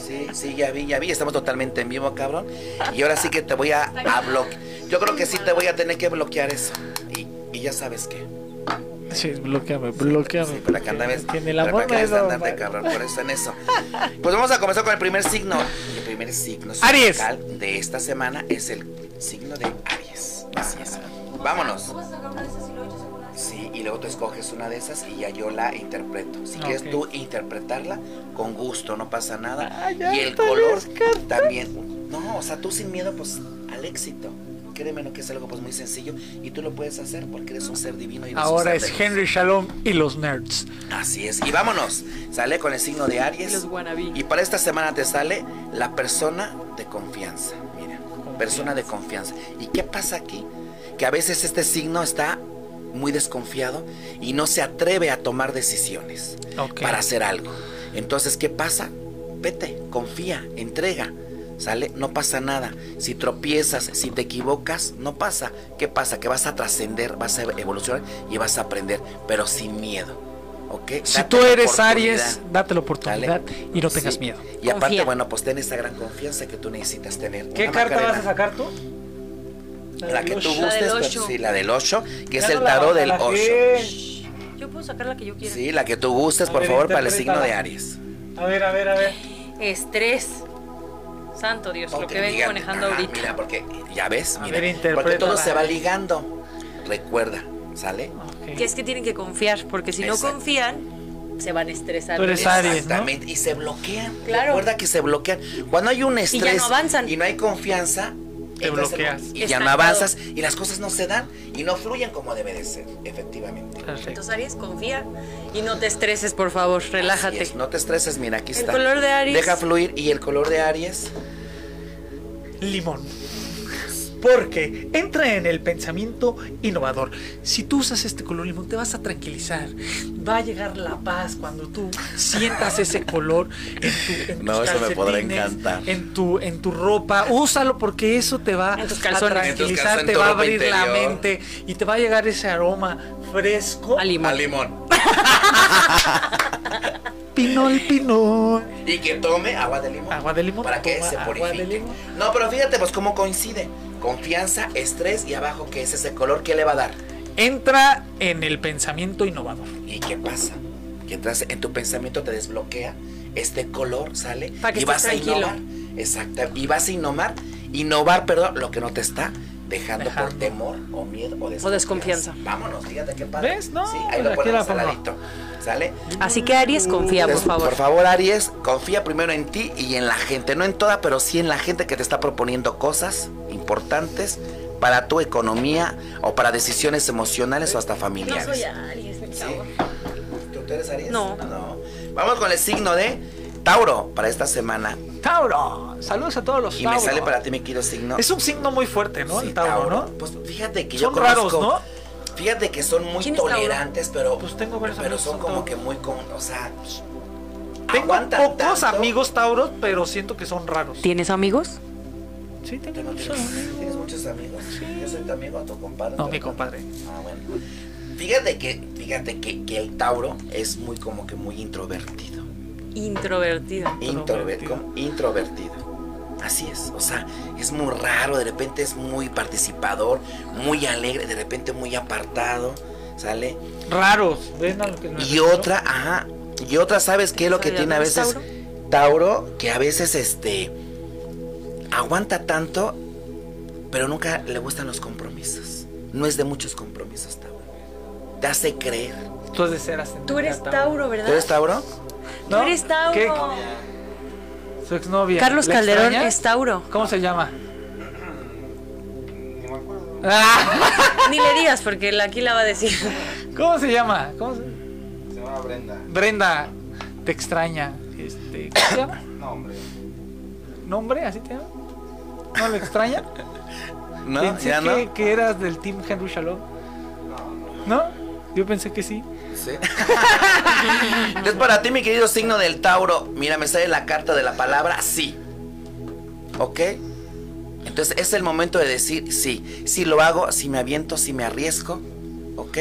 Speaker 2: Sí, sí, ya vi, ya vi, estamos totalmente en vivo, cabrón. Y ahora sí que te voy a, a bloquear. Yo creo que sí te voy a tener que bloquear eso. Y, y ya sabes qué.
Speaker 3: Sí, bloqueame, bloqueame.
Speaker 2: Sí, para que andabes-
Speaker 3: Que en el
Speaker 2: para- para
Speaker 3: amor
Speaker 2: que
Speaker 3: me
Speaker 2: andes
Speaker 3: da
Speaker 2: andando de
Speaker 3: mal.
Speaker 2: cabrón, por eso en eso. Pues vamos a comenzar con el primer signo. El primer signo
Speaker 3: Aries.
Speaker 2: zodiacal de esta semana es el signo de Aries. Así
Speaker 3: Ah.
Speaker 2: es. Vámonos. Sí, y luego tú escoges una de esas y ya yo la interpreto. Si quieres
Speaker 3: Ok.
Speaker 2: tú interpretarla, con gusto, no pasa nada.
Speaker 3: Ah, ya
Speaker 2: y el
Speaker 3: están
Speaker 2: color
Speaker 3: las cartas.
Speaker 2: también. No, o sea, tú sin miedo, pues, al éxito. Créeme, ¿no? que es algo pues muy sencillo y tú lo puedes hacer porque eres un ser divino y eres un
Speaker 3: Ahora
Speaker 2: ser
Speaker 3: es
Speaker 2: de luz.
Speaker 3: Henry Shalom y los nerds.
Speaker 2: Así es. Y vámonos. Sale con el signo de Aries.
Speaker 5: Los wannabe.
Speaker 2: Y para esta semana te sale la persona de confianza. Mira. persona de confianza. ¿Y qué pasa aquí? Que a veces este signo está muy desconfiado y no se atreve a tomar decisiones
Speaker 3: Ok.
Speaker 2: para hacer algo. Entonces, ¿qué pasa? Vete, confía, entrega. ¿Sale? No pasa nada. Si tropiezas, si te equivocas, no pasa. ¿Qué pasa? Que vas a trascender, vas a evolucionar y vas a aprender, pero sin miedo. ¿Ok?
Speaker 3: Si
Speaker 2: Date
Speaker 3: tú
Speaker 2: la
Speaker 3: eres
Speaker 2: oportunidad.
Speaker 3: Aries, date la oportunidad
Speaker 2: Dale.
Speaker 3: y no tengas
Speaker 2: Sí.
Speaker 3: miedo.
Speaker 2: Y aparte,
Speaker 5: Confía.
Speaker 2: bueno, pues ten esa gran confianza que tú necesitas tener.
Speaker 4: ¿Qué
Speaker 2: Una
Speaker 4: carta
Speaker 2: Macarena,
Speaker 4: vas a sacar tú?
Speaker 2: La que tú
Speaker 6: La del
Speaker 2: gustes,
Speaker 6: ocho.
Speaker 2: pero sí, la del 8, que es
Speaker 4: Ya
Speaker 2: el
Speaker 4: no la
Speaker 2: tarot
Speaker 4: vas a
Speaker 2: del
Speaker 4: la
Speaker 2: 8.
Speaker 4: gente.
Speaker 6: Yo puedo sacar la que yo quiera.
Speaker 2: Sí, la que tú gustes,
Speaker 4: A
Speaker 2: por
Speaker 4: ver,
Speaker 2: favor, para el signo de
Speaker 4: interprétala.
Speaker 2: Aries.
Speaker 4: A ver, a ver, a ver.
Speaker 6: Estrés. Santo Dios, lo
Speaker 2: Ok,
Speaker 6: que vengo
Speaker 2: fíjate.
Speaker 6: manejando
Speaker 2: Ah,
Speaker 6: ahorita.
Speaker 2: Mira, porque ya ves,
Speaker 3: A
Speaker 2: mira,
Speaker 3: ver,
Speaker 2: porque
Speaker 3: interprétala.
Speaker 2: todo se va ligando. Recuerda, ¿sale?
Speaker 5: Que es que tienen que confiar, porque si
Speaker 2: Exacto.
Speaker 5: no confían, se van a estresar.
Speaker 3: Tú eres Aries, ¿no?
Speaker 2: Exactamente, y se bloquean.
Speaker 5: Claro.
Speaker 2: Recuerda que se bloquean. Cuando hay un estrés
Speaker 5: avanzan.
Speaker 2: y no hay confianza,
Speaker 3: Te
Speaker 2: entras en-
Speaker 3: bloqueas.
Speaker 2: Y ya no
Speaker 5: Estancado.
Speaker 2: avanzas y las cosas no se dan y no fluyen como debe de ser, efectivamente.
Speaker 3: Perfecto.
Speaker 5: Entonces, Aries, confía y no te estreses, por favor, relájate.
Speaker 2: Así es, no te estreses, mira, aquí
Speaker 5: El
Speaker 2: está.
Speaker 5: color de Aries.
Speaker 2: Deja fluir y el color de Aries.
Speaker 3: Limón. Porque entra en el pensamiento innovador. Si tú usas este color limón, te vas a tranquilizar. Va a llegar la paz cuando tú sientas ese color en tu en
Speaker 2: No,
Speaker 3: tus
Speaker 2: eso me podrá
Speaker 3: calcetines,
Speaker 2: encantar.
Speaker 3: En tu, en tu ropa. Úsalo porque eso te va
Speaker 5: En tus
Speaker 3: a
Speaker 5: calzones.
Speaker 3: tranquilizar,
Speaker 2: En tus calzones,
Speaker 3: te
Speaker 2: tu
Speaker 3: va a
Speaker 2: ropa
Speaker 3: abrir la
Speaker 2: interior.
Speaker 3: mente y te va a llegar ese aroma fresco.
Speaker 5: A limón.
Speaker 2: limón.
Speaker 3: Pinol, pinol.
Speaker 2: Y que tome agua de limón.
Speaker 3: Agua de limón.
Speaker 2: Para que
Speaker 3: Toma
Speaker 2: se
Speaker 3: agua de
Speaker 2: purifique.
Speaker 3: limón.
Speaker 2: No, pero fíjate, pues cómo coincide. Confianza, estrés y abajo, que es ese color que le va a dar.
Speaker 3: Entra en el pensamiento innovador.
Speaker 2: ¿Y qué pasa? Que entras en tu pensamiento, te desbloquea, este color sale
Speaker 5: Para que
Speaker 2: y
Speaker 5: estés
Speaker 2: vas a
Speaker 5: tranquilo.
Speaker 2: innovar. Exacto, y vas a innovar, innovar, perdón, lo que no te está dejando, por
Speaker 3: Dejando.
Speaker 2: temor o miedo o desconfianza.
Speaker 5: desconfianza.
Speaker 2: Vámonos, fíjate qué padre.
Speaker 3: ¿Ves? No,
Speaker 2: sí, ahí
Speaker 3: aquí
Speaker 2: lo
Speaker 3: la
Speaker 2: ponemos al
Speaker 3: pongo.
Speaker 2: ladito, ¿sale?
Speaker 5: Así que Aries, confía, por
Speaker 2: Entonces,
Speaker 5: favor.
Speaker 2: Por favor, Aries, confía primero en ti y en la gente. No en toda, pero sí en la gente que te está proponiendo cosas importantes para tu economía o para decisiones emocionales o hasta
Speaker 5: No
Speaker 2: familiares.
Speaker 5: soy Aries, mi
Speaker 2: Sí.
Speaker 5: chavo.
Speaker 2: ¿Tú, tú eres Aries?
Speaker 5: No.
Speaker 2: Vamos con el signo de Tauro para esta semana.
Speaker 3: Tauro. Saludos a todos los
Speaker 2: Y me
Speaker 3: Tauro.
Speaker 2: sale para ti, mi querido signo.
Speaker 3: Es un signo muy fuerte, ¿no?
Speaker 2: Sí,
Speaker 3: el Tauro, ¿no?
Speaker 2: Pues fíjate que yo
Speaker 3: Son raros,
Speaker 2: conozco-
Speaker 3: ¿no?
Speaker 2: Fíjate que son muy
Speaker 5: ¿Quién es Tauro?
Speaker 2: tolerantes, pero.
Speaker 3: Pues tengo varios
Speaker 2: Pero
Speaker 3: amigos
Speaker 2: son
Speaker 3: que son
Speaker 2: como
Speaker 3: Tauro.
Speaker 2: que muy. con- o sea.
Speaker 3: Tengo
Speaker 2: aguantan
Speaker 3: pocos
Speaker 2: tanto.
Speaker 3: amigos Tauros, pero siento que son raros.
Speaker 5: ¿Tienes amigos?
Speaker 3: Sí, tengo
Speaker 2: Tú no
Speaker 3: muchos
Speaker 2: tienes,
Speaker 3: amigos.
Speaker 2: tienes muchos amigos. Yo soy tu amigo, tu compadre.
Speaker 3: No,
Speaker 2: tu
Speaker 3: mi
Speaker 2: hermano.
Speaker 3: compadre.
Speaker 2: Ah, bueno. Fíjate que, fíjate que, que el Tauro es muy como que muy introvertido.
Speaker 5: Introvertido.
Speaker 2: Introver-
Speaker 3: Introvertido.
Speaker 2: como introvertido. Así es, o sea, es muy raro, de repente es muy participador, muy alegre, de repente muy apartado, ¿sale?
Speaker 3: Raros. ¿Ven a lo que me
Speaker 2: Y
Speaker 3: refiero?
Speaker 2: otra, ajá, y otra, ¿sabes qué es lo que
Speaker 5: ¿Estás
Speaker 2: tiene a veces
Speaker 5: hablando
Speaker 2: Tauro? Que a veces, este, aguanta tanto, pero nunca le gustan los compromisos. No es de muchos compromisos, Tauro. Te hace creer.
Speaker 3: Tú has de ser ascendente
Speaker 5: Tú eres
Speaker 3: a
Speaker 5: Tauro,
Speaker 2: ¿Tú
Speaker 5: ¿verdad?
Speaker 2: eres Tauro?
Speaker 5: Tú
Speaker 3: ¿No?
Speaker 5: eres Tauro.
Speaker 3: ¿Qué? Su exnovia.
Speaker 5: Carlos
Speaker 3: ¿La
Speaker 5: Calderón
Speaker 3: extrañas?
Speaker 5: es Tauro.
Speaker 3: ¿Cómo se llama? Ah,
Speaker 5: Ni le digas porque la- aquí la va a decir.
Speaker 3: ¿Cómo se llama? ¿Cómo se... llama Brenda. Brenda, te extraña. Este, ¿Cómo se llama? Nombre. ¿Nombre? ¿Así te llama? ¿No le extraña?
Speaker 2: No,
Speaker 3: Pensé que, que eras del team Henry Shalom. No, Yo pensé que sí.
Speaker 2: Sí. Entonces, para ti, mi querido signo del Tauro, mira, me sale la carta de la palabra sí. ¿Ok? Entonces, es el momento de decir sí. Si lo hago, si me aviento, si me arriesgo. ¿Ok?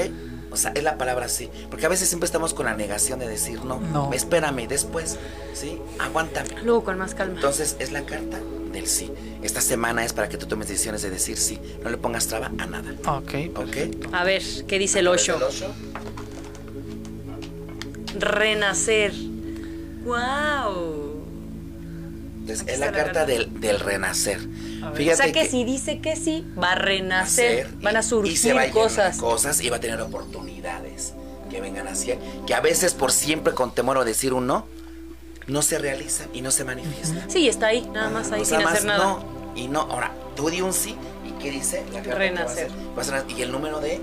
Speaker 2: O sea, es la palabra sí. Porque a veces siempre estamos con la negación de decir no.
Speaker 3: No.
Speaker 2: Espérame después. ¿Sí? Aguántame.
Speaker 5: Luego con más calma.
Speaker 2: Entonces es la carta del sí. Esta semana es para que tú tomes decisiones de decir sí. No le pongas traba a nada.
Speaker 3: Ok.
Speaker 2: ¿Ok?
Speaker 5: A ver, ¿qué dice el
Speaker 2: ¿El
Speaker 5: 8?
Speaker 2: ocho?
Speaker 5: Renacer. ¡Wow!
Speaker 2: Entonces,
Speaker 5: Aquí
Speaker 2: es
Speaker 5: está
Speaker 2: la
Speaker 5: la
Speaker 2: carta
Speaker 5: carta.
Speaker 2: del, del renacer.
Speaker 3: A ver.
Speaker 2: Fíjate
Speaker 5: o sea que,
Speaker 2: que
Speaker 5: si dice que sí, va a renacer,
Speaker 2: y-
Speaker 5: van a surgir
Speaker 2: y se va a llenar de
Speaker 5: cosas.
Speaker 2: cosas y va a tener oportunidades que vengan hacia él, que a veces por siempre con temor a decir un no, no se realizan y no se manifiestan.
Speaker 5: Sí, está ahí, nada más ahí
Speaker 2: O sea,
Speaker 5: sin
Speaker 2: más
Speaker 5: hacer nada.
Speaker 2: No, y no, ahora tú di un sí y qué dice la carta que va a
Speaker 5: Renacer.
Speaker 2: ser? Va a ser- y el número de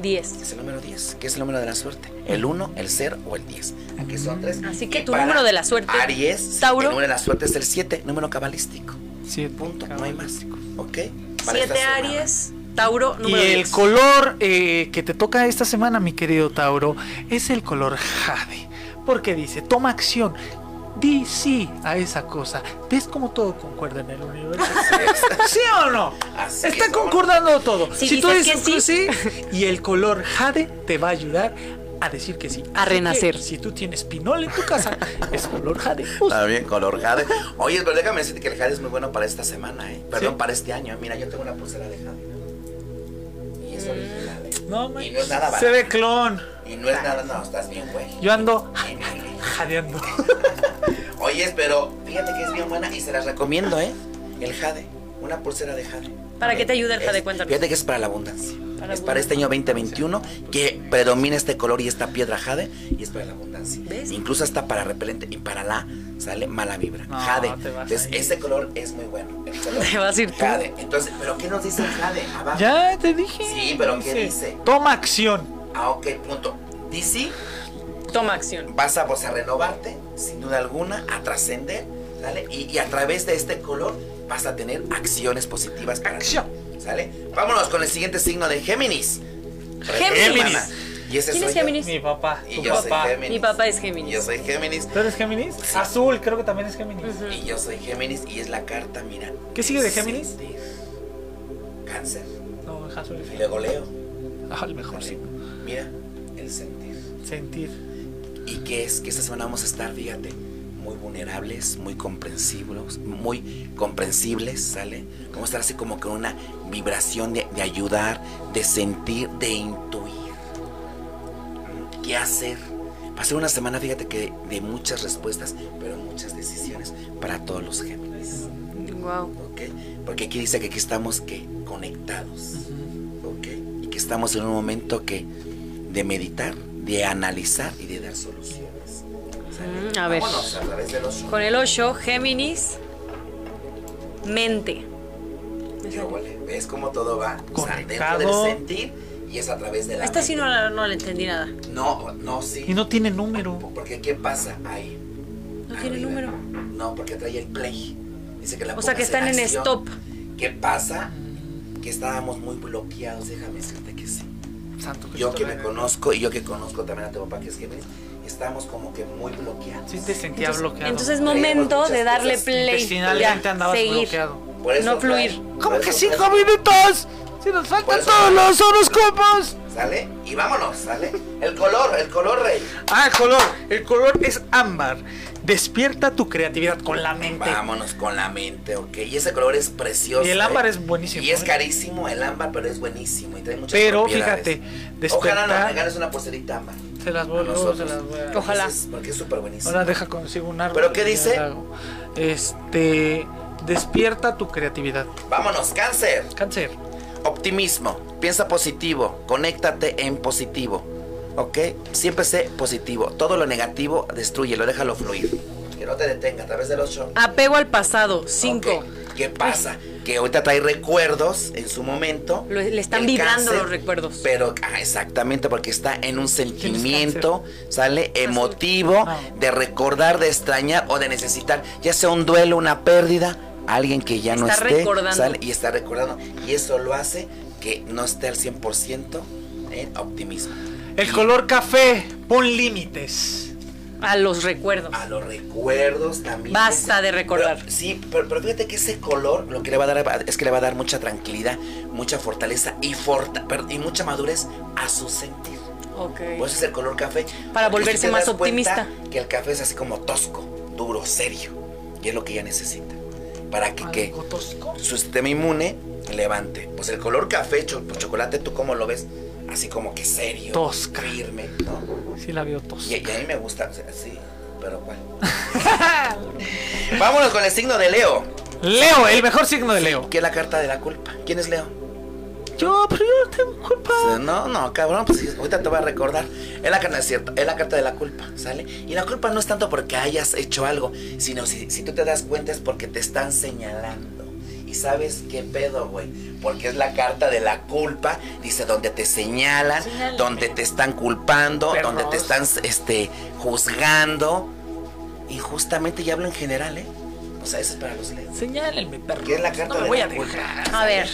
Speaker 5: 10.
Speaker 2: es el número 10, que es el número de la suerte, el 1, el 0 o el 10. Aquí son tres.
Speaker 5: Así
Speaker 2: Y
Speaker 5: que tu
Speaker 2: para
Speaker 5: número de la suerte,
Speaker 2: Aries, sí,
Speaker 5: Tauro.
Speaker 2: el número de la suerte es el 7, número cabalístico.
Speaker 3: Siete,
Speaker 2: Punto, no hay
Speaker 3: caballeros.
Speaker 2: más. ¿Ok? Para esta
Speaker 5: Siete
Speaker 2: semana.
Speaker 5: Aries, Tauro,
Speaker 3: Y
Speaker 5: número
Speaker 3: el
Speaker 5: 10.
Speaker 3: color eh, que te toca esta semana, mi querido Tauro, es el color jade. Porque dice, toma acción, di sí a esa cosa. ¿Ves cómo todo concuerda en el universo? ¿Sí o no?
Speaker 2: Así
Speaker 3: Está
Speaker 2: es.
Speaker 3: concordando todo.
Speaker 5: Si
Speaker 3: tú
Speaker 5: dices
Speaker 3: dices
Speaker 5: que
Speaker 3: que sí, y el color jade te va a ayudar a decir que sí.
Speaker 5: A
Speaker 3: Así que,
Speaker 5: renacer.
Speaker 3: si tú tienes pinol en tu casa, es color jade. Usa.
Speaker 2: Está bien, color jade. Oye, pero déjame decirte que el jade es muy bueno para esta semana, ¿eh? Perdón,
Speaker 3: Sí.
Speaker 2: para este año. Mira, yo tengo una pulsera de jade. Y
Speaker 5: Mm.
Speaker 2: es original, ¿eh?
Speaker 3: No,
Speaker 2: Y
Speaker 3: man,
Speaker 2: no es nada
Speaker 3: se
Speaker 2: barato.
Speaker 3: ve clon.
Speaker 2: Y no es nada, no, estás bien, güey.
Speaker 3: Yo ando
Speaker 2: Bien, bien, bien.
Speaker 3: jadeando.
Speaker 2: Oye, pero fíjate que es bien buena y se las recomiendo, ¿eh? El jade, una pulsera de jade.
Speaker 6: ¿Para qué te ayuda el jade?
Speaker 2: Es-
Speaker 6: Cuéntanos.
Speaker 2: Fíjate que es para la abundancia.
Speaker 6: Para
Speaker 2: es para este año 2021 que predomina este color y esta piedra jade y es para la abundancia.
Speaker 6: ¿Ves?
Speaker 2: Incluso hasta para repelente y para la sale mala vibra.
Speaker 3: No,
Speaker 2: jade.
Speaker 3: te vas
Speaker 2: Entonces,
Speaker 3: a ir.
Speaker 2: ese color es muy bueno. el color.
Speaker 5: Te vas a ir tú.
Speaker 2: Jade. Entonces, ¿pero qué nos dice el jade? Abajo.
Speaker 3: Ya te dije.
Speaker 2: Sí, pero ¿qué dice?
Speaker 3: Toma acción.
Speaker 2: Ah, ok, punto. Dice,
Speaker 5: Toma acción.
Speaker 2: vas a, pues, a renovarte, sin duda alguna, a trascender, ¿sale? Y, y a través de este color vas a tener acciones positivas para ti,
Speaker 3: Acción.
Speaker 2: ¿Sale? Vámonos con el siguiente signo de Géminis.
Speaker 5: Géminis.
Speaker 2: Y ese
Speaker 6: ¿Quién
Speaker 2: soy
Speaker 6: es
Speaker 2: yo.
Speaker 6: Géminis?
Speaker 3: Mi papá,
Speaker 2: Y
Speaker 3: tu
Speaker 2: yo
Speaker 3: papá.
Speaker 2: soy Géminis.
Speaker 6: Mi papá es
Speaker 2: Y
Speaker 6: Géminis.
Speaker 2: yo soy Géminis.
Speaker 3: ¿Tú eres Géminis? Azul, creo que también es Géminis.
Speaker 2: Y yo soy Géminis y es la carta, mira.
Speaker 3: ¿Qué sigue de Géminis?
Speaker 2: sentir. Cáncer.
Speaker 3: No, es azul.
Speaker 2: Y luego Leo.
Speaker 3: Ah, el mejor
Speaker 2: ¿sale?
Speaker 3: sí.
Speaker 2: Mira, el sentir.
Speaker 3: Sentir.
Speaker 2: ¿Y qué es? Que esta semana vamos a estar, fíjate, muy vulnerables, muy comprensibles, muy comprensibles, ¿sale? Vamos a estar así como con una vibración de, de ayudar, de sentir, de intuir. ¿Qué hacer? Va a ser una semana, fíjate, que de muchas respuestas, pero muchas decisiones para todos los Géminis.
Speaker 5: Wow.
Speaker 2: ¿ok? Porque aquí dice que aquí estamos que conectados, ¿ok? Y que estamos en un momento que de meditar, de analizar y de dar soluciones. ¿sale?
Speaker 5: Mm, a ver.
Speaker 2: Vámonos a través de los
Speaker 5: Con el 8, Géminis, mente.
Speaker 2: Yo, huele, ¿Ves cómo todo va? O sea, dentro del
Speaker 3: Conectado.
Speaker 2: sentir y es a través de la
Speaker 5: Esta sí
Speaker 2: mente.
Speaker 5: no, la- no le entendí nada.
Speaker 2: No, no, sí.
Speaker 3: Y no tiene número.
Speaker 2: Porque ¿qué pasa ahí?
Speaker 5: No tiene
Speaker 2: Arriba.
Speaker 5: número.
Speaker 2: No, porque trae el play. Dice que la
Speaker 5: O sea que
Speaker 2: pongas
Speaker 5: están en
Speaker 2: acción.
Speaker 5: stop.
Speaker 2: ¿Qué pasa? Que estábamos muy bloqueados, déjame decirte que sí.
Speaker 3: Santo
Speaker 2: Yo
Speaker 3: Cristo.
Speaker 2: que me conozco y yo que conozco también a tu papá que es Géminis, estamos como que muy bloqueados.
Speaker 3: Sí te sentía bloqueado.
Speaker 5: Entonces es momento de darle play.
Speaker 3: Intestinalmente
Speaker 5: Ya,
Speaker 3: andabas
Speaker 5: seguir.
Speaker 3: bloqueado.
Speaker 2: Por eso
Speaker 5: no fluir.
Speaker 2: trae- por
Speaker 3: ¿Cómo
Speaker 2: eso
Speaker 3: que
Speaker 2: trae-
Speaker 3: cinco minutos? Si nos
Speaker 2: Por
Speaker 3: faltan
Speaker 2: eso-
Speaker 3: todos los horóscopos.
Speaker 2: ¿Sale? Y vámonos, ¿sale? El color, el color rey.
Speaker 3: Ah, el color. El color es ámbar. Despierta tu creatividad con la mente.
Speaker 2: Vámonos con la mente, ok. Y ese color es precioso.
Speaker 3: Y el ámbar
Speaker 2: ¿eh?
Speaker 3: es buenísimo,
Speaker 2: Y es
Speaker 3: ¿eh?
Speaker 2: carísimo el ámbar, pero es buenísimo. Y trae muchas
Speaker 3: Pero
Speaker 2: propiedades.
Speaker 3: fíjate,
Speaker 2: Ojalá nos
Speaker 3: despertar.
Speaker 2: regales una pulserita ámbar.
Speaker 3: Se las
Speaker 2: a
Speaker 3: voy, luego se
Speaker 2: nosotros.
Speaker 3: las voy a-
Speaker 5: Ojalá.
Speaker 2: Ese es- Porque es súper buenísimo.
Speaker 3: Ahora deja consigo un árbol.
Speaker 2: ¿Pero qué
Speaker 3: y ya
Speaker 2: dice?
Speaker 3: la hago. Este. Despierta tu creatividad.
Speaker 2: Vámonos, cáncer.
Speaker 3: Cáncer.
Speaker 2: Optimismo, piensa positivo, conéctate en positivo, ¿ok? Siempre sé positivo, todo lo negativo destruyelo, déjalo fluir. Que no te detenga a través del 8.
Speaker 5: Apego al pasado, 5.
Speaker 2: ¿Qué pasa? Que ahorita trae recuerdos en su momento.
Speaker 5: Pues, Lo- le están
Speaker 2: El
Speaker 5: vibrando los recuerdos.
Speaker 2: Pero ah, exactamente, porque está en un sentimiento, sale emotivo,
Speaker 3: Ah.
Speaker 2: de recordar, de extrañar o de necesitar, ya sea un duelo, una pérdida, alguien que ya no
Speaker 5: Está
Speaker 2: esté.
Speaker 5: recordando.
Speaker 2: sale, y está recordando. Y eso lo hace que no esté al 100% en optimismo.
Speaker 3: El color café. Pon límites.
Speaker 5: A los recuerdos.
Speaker 2: A los recuerdos también.
Speaker 5: Basta de recordar.
Speaker 2: Pero- sí, pero, pero fíjate que ese color lo que le va a dar es que le va a dar mucha tranquilidad, mucha fortaleza y, forta- per- y mucha madurez a su sentir.
Speaker 5: Ok.
Speaker 2: Por eso es el color café.
Speaker 5: Para
Speaker 2: Porque
Speaker 5: volverse
Speaker 2: si te
Speaker 5: más
Speaker 2: das cuenta
Speaker 5: optimista.
Speaker 2: Que el café es así como tosco, duro, serio. Y es lo que ella necesita. Para que, que
Speaker 3: ¿Algo tosco?
Speaker 2: su sistema inmune levante. Pues el color café, cho- pues, chocolate, ¿tú cómo lo ves? Así como que serio.
Speaker 3: Tosca.
Speaker 2: Firme, ¿no?
Speaker 3: Sí, la veo
Speaker 2: Y,
Speaker 3: tosca.
Speaker 2: y a mí me gusta, o sea, sí, pero ¿cuál? Vámonos con el signo de Leo,
Speaker 3: Leo, el mejor signo de Leo.
Speaker 2: que es la carta de la culpa. ¿Quién es Leo?
Speaker 3: Yo, pero yo no tengo culpa.
Speaker 2: No, no, cabrón, pues ahorita te voy a recordar. Es la carta, es cierto, es la carta de la culpa, ¿sale? Y la culpa no es tanto porque hayas hecho algo, sino si, si tú te das cuenta es porque te están señalando. Y sabes qué pedo, güey. Porque es la carta de la culpa, dice, donde te señalan,
Speaker 5: Señálame.
Speaker 2: donde te están culpando,
Speaker 3: Perros.
Speaker 2: donde te están este, juzgando. Injustamente, y hablo en general, ¿eh? O sea, eso es para los leds.
Speaker 3: Señálenme, perro.
Speaker 2: ¿Qué es la carta
Speaker 3: no me
Speaker 2: de
Speaker 3: voy
Speaker 2: la
Speaker 3: a dejar.
Speaker 5: A ver,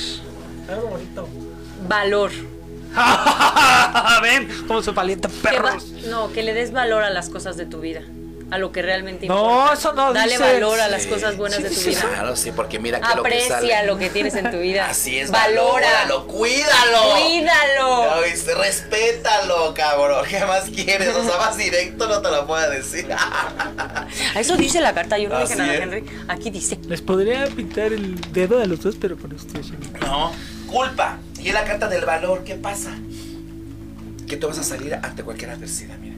Speaker 3: Algo bonito.
Speaker 5: valor.
Speaker 3: Ven cómo se palienta,
Speaker 5: Que va-
Speaker 3: perros.
Speaker 5: no, que le des valor a las cosas de tu vida, a lo que realmente
Speaker 3: No,
Speaker 5: importa.
Speaker 3: eso no
Speaker 5: Dale
Speaker 3: dice.
Speaker 5: valor a las cosas buenas
Speaker 2: Sí,
Speaker 5: de tu
Speaker 2: sí,
Speaker 5: vida.
Speaker 2: Claro, sí, porque mira que lo que
Speaker 5: Aprecia
Speaker 2: sale.
Speaker 5: lo que tienes en tu vida.
Speaker 2: Así es,
Speaker 5: valora.
Speaker 2: valóralo, cuídalo.
Speaker 5: Cuídalo.
Speaker 2: Ya viste, respétalo, cabrón. ¿Qué más quieres? O sea, más directo no te lo puedo decir.
Speaker 5: A Eso dice la carta, yo no dije
Speaker 2: Así
Speaker 5: nada,
Speaker 2: es.
Speaker 5: Henry. Aquí dice.
Speaker 3: Les podría pintar el dedo de los dos, pero con ustedes.
Speaker 2: No, culpa. Y es la carta del valor. ¿Qué pasa? Que tú vas a salir ante cualquier adversidad, mira.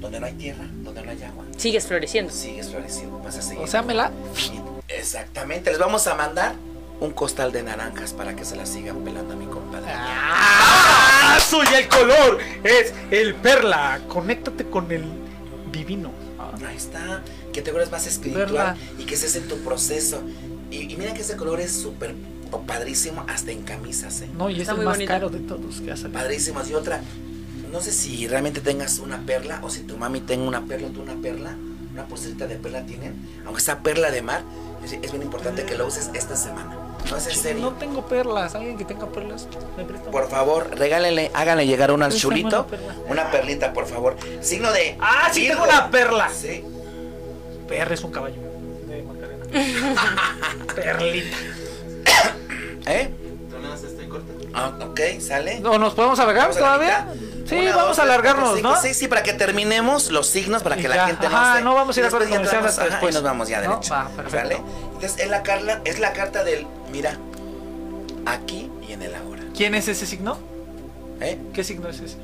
Speaker 2: Donde no hay tierra, donde no hay agua,
Speaker 5: Sigues floreciendo.
Speaker 2: sigues floreciendo, vas a seguir.
Speaker 3: O sea, me la.
Speaker 2: Exactamente, les vamos a mandar un costal de naranjas para que se las sigan pelando a mi compadre.
Speaker 3: ¡Ah! Soy el color. Es el perla. Conéctate con el divino.
Speaker 2: Ahí está, que te vuelvas más espiritual
Speaker 3: Verdad.
Speaker 2: y que estés en tu proceso. Y, y mira que ese color es súper padrísimo, hasta en camisas, ¿eh?
Speaker 3: No, y es
Speaker 5: Está
Speaker 3: el
Speaker 5: muy
Speaker 3: más
Speaker 5: bonito.
Speaker 3: caro de todos que ha salido.
Speaker 2: Padrísimas. Y otra, no sé si realmente tengas una perla o si tu mami tenga una perla o tú una perla, una pulserita de perla tienen, aunque sea perla de mar, es, es bien importante que lo uses esta semana. No es en
Speaker 3: No
Speaker 2: serio.
Speaker 3: tengo perlas. Alguien que tenga perlas, me presta.
Speaker 2: Por favor, regálenle, háganle llegar una al
Speaker 3: Esa
Speaker 2: chulito,
Speaker 3: buena perla.
Speaker 2: una perlita, por favor. Signo de.
Speaker 3: Ah, sí,
Speaker 2: Virgo.
Speaker 3: tengo una perla.
Speaker 2: Sí.
Speaker 3: Perra es un caballo. De Macarena. Perlita.
Speaker 2: ¿Eh? Ah, ok, sale.
Speaker 3: ¿O nos podemos alargar
Speaker 2: ¿Vamos a la
Speaker 3: todavía?
Speaker 2: mitad?
Speaker 3: Sí,
Speaker 2: Una, dos,
Speaker 3: vamos a
Speaker 2: tres,
Speaker 3: alargarnos,
Speaker 2: cuatro,
Speaker 3: ¿no?
Speaker 2: cinco, Sí, sí, para que terminemos los signos, para
Speaker 3: Y
Speaker 2: que
Speaker 3: ya.
Speaker 2: la gente no
Speaker 3: Ajá,
Speaker 2: se-
Speaker 3: no vamos a ir a
Speaker 2: Después
Speaker 3: corte
Speaker 2: ya
Speaker 3: comercial
Speaker 2: entramos,
Speaker 3: hasta
Speaker 2: ajá,
Speaker 3: después.
Speaker 2: y nos vamos ya
Speaker 3: No,
Speaker 2: derecho.
Speaker 3: va, perfecto.
Speaker 2: ¿Vale? Entonces, es la, carla, es la carta del, mira, aquí y en el ahora.
Speaker 3: ¿Quién es ese signo?
Speaker 2: ¿Eh?
Speaker 3: ¿Qué signo es ese?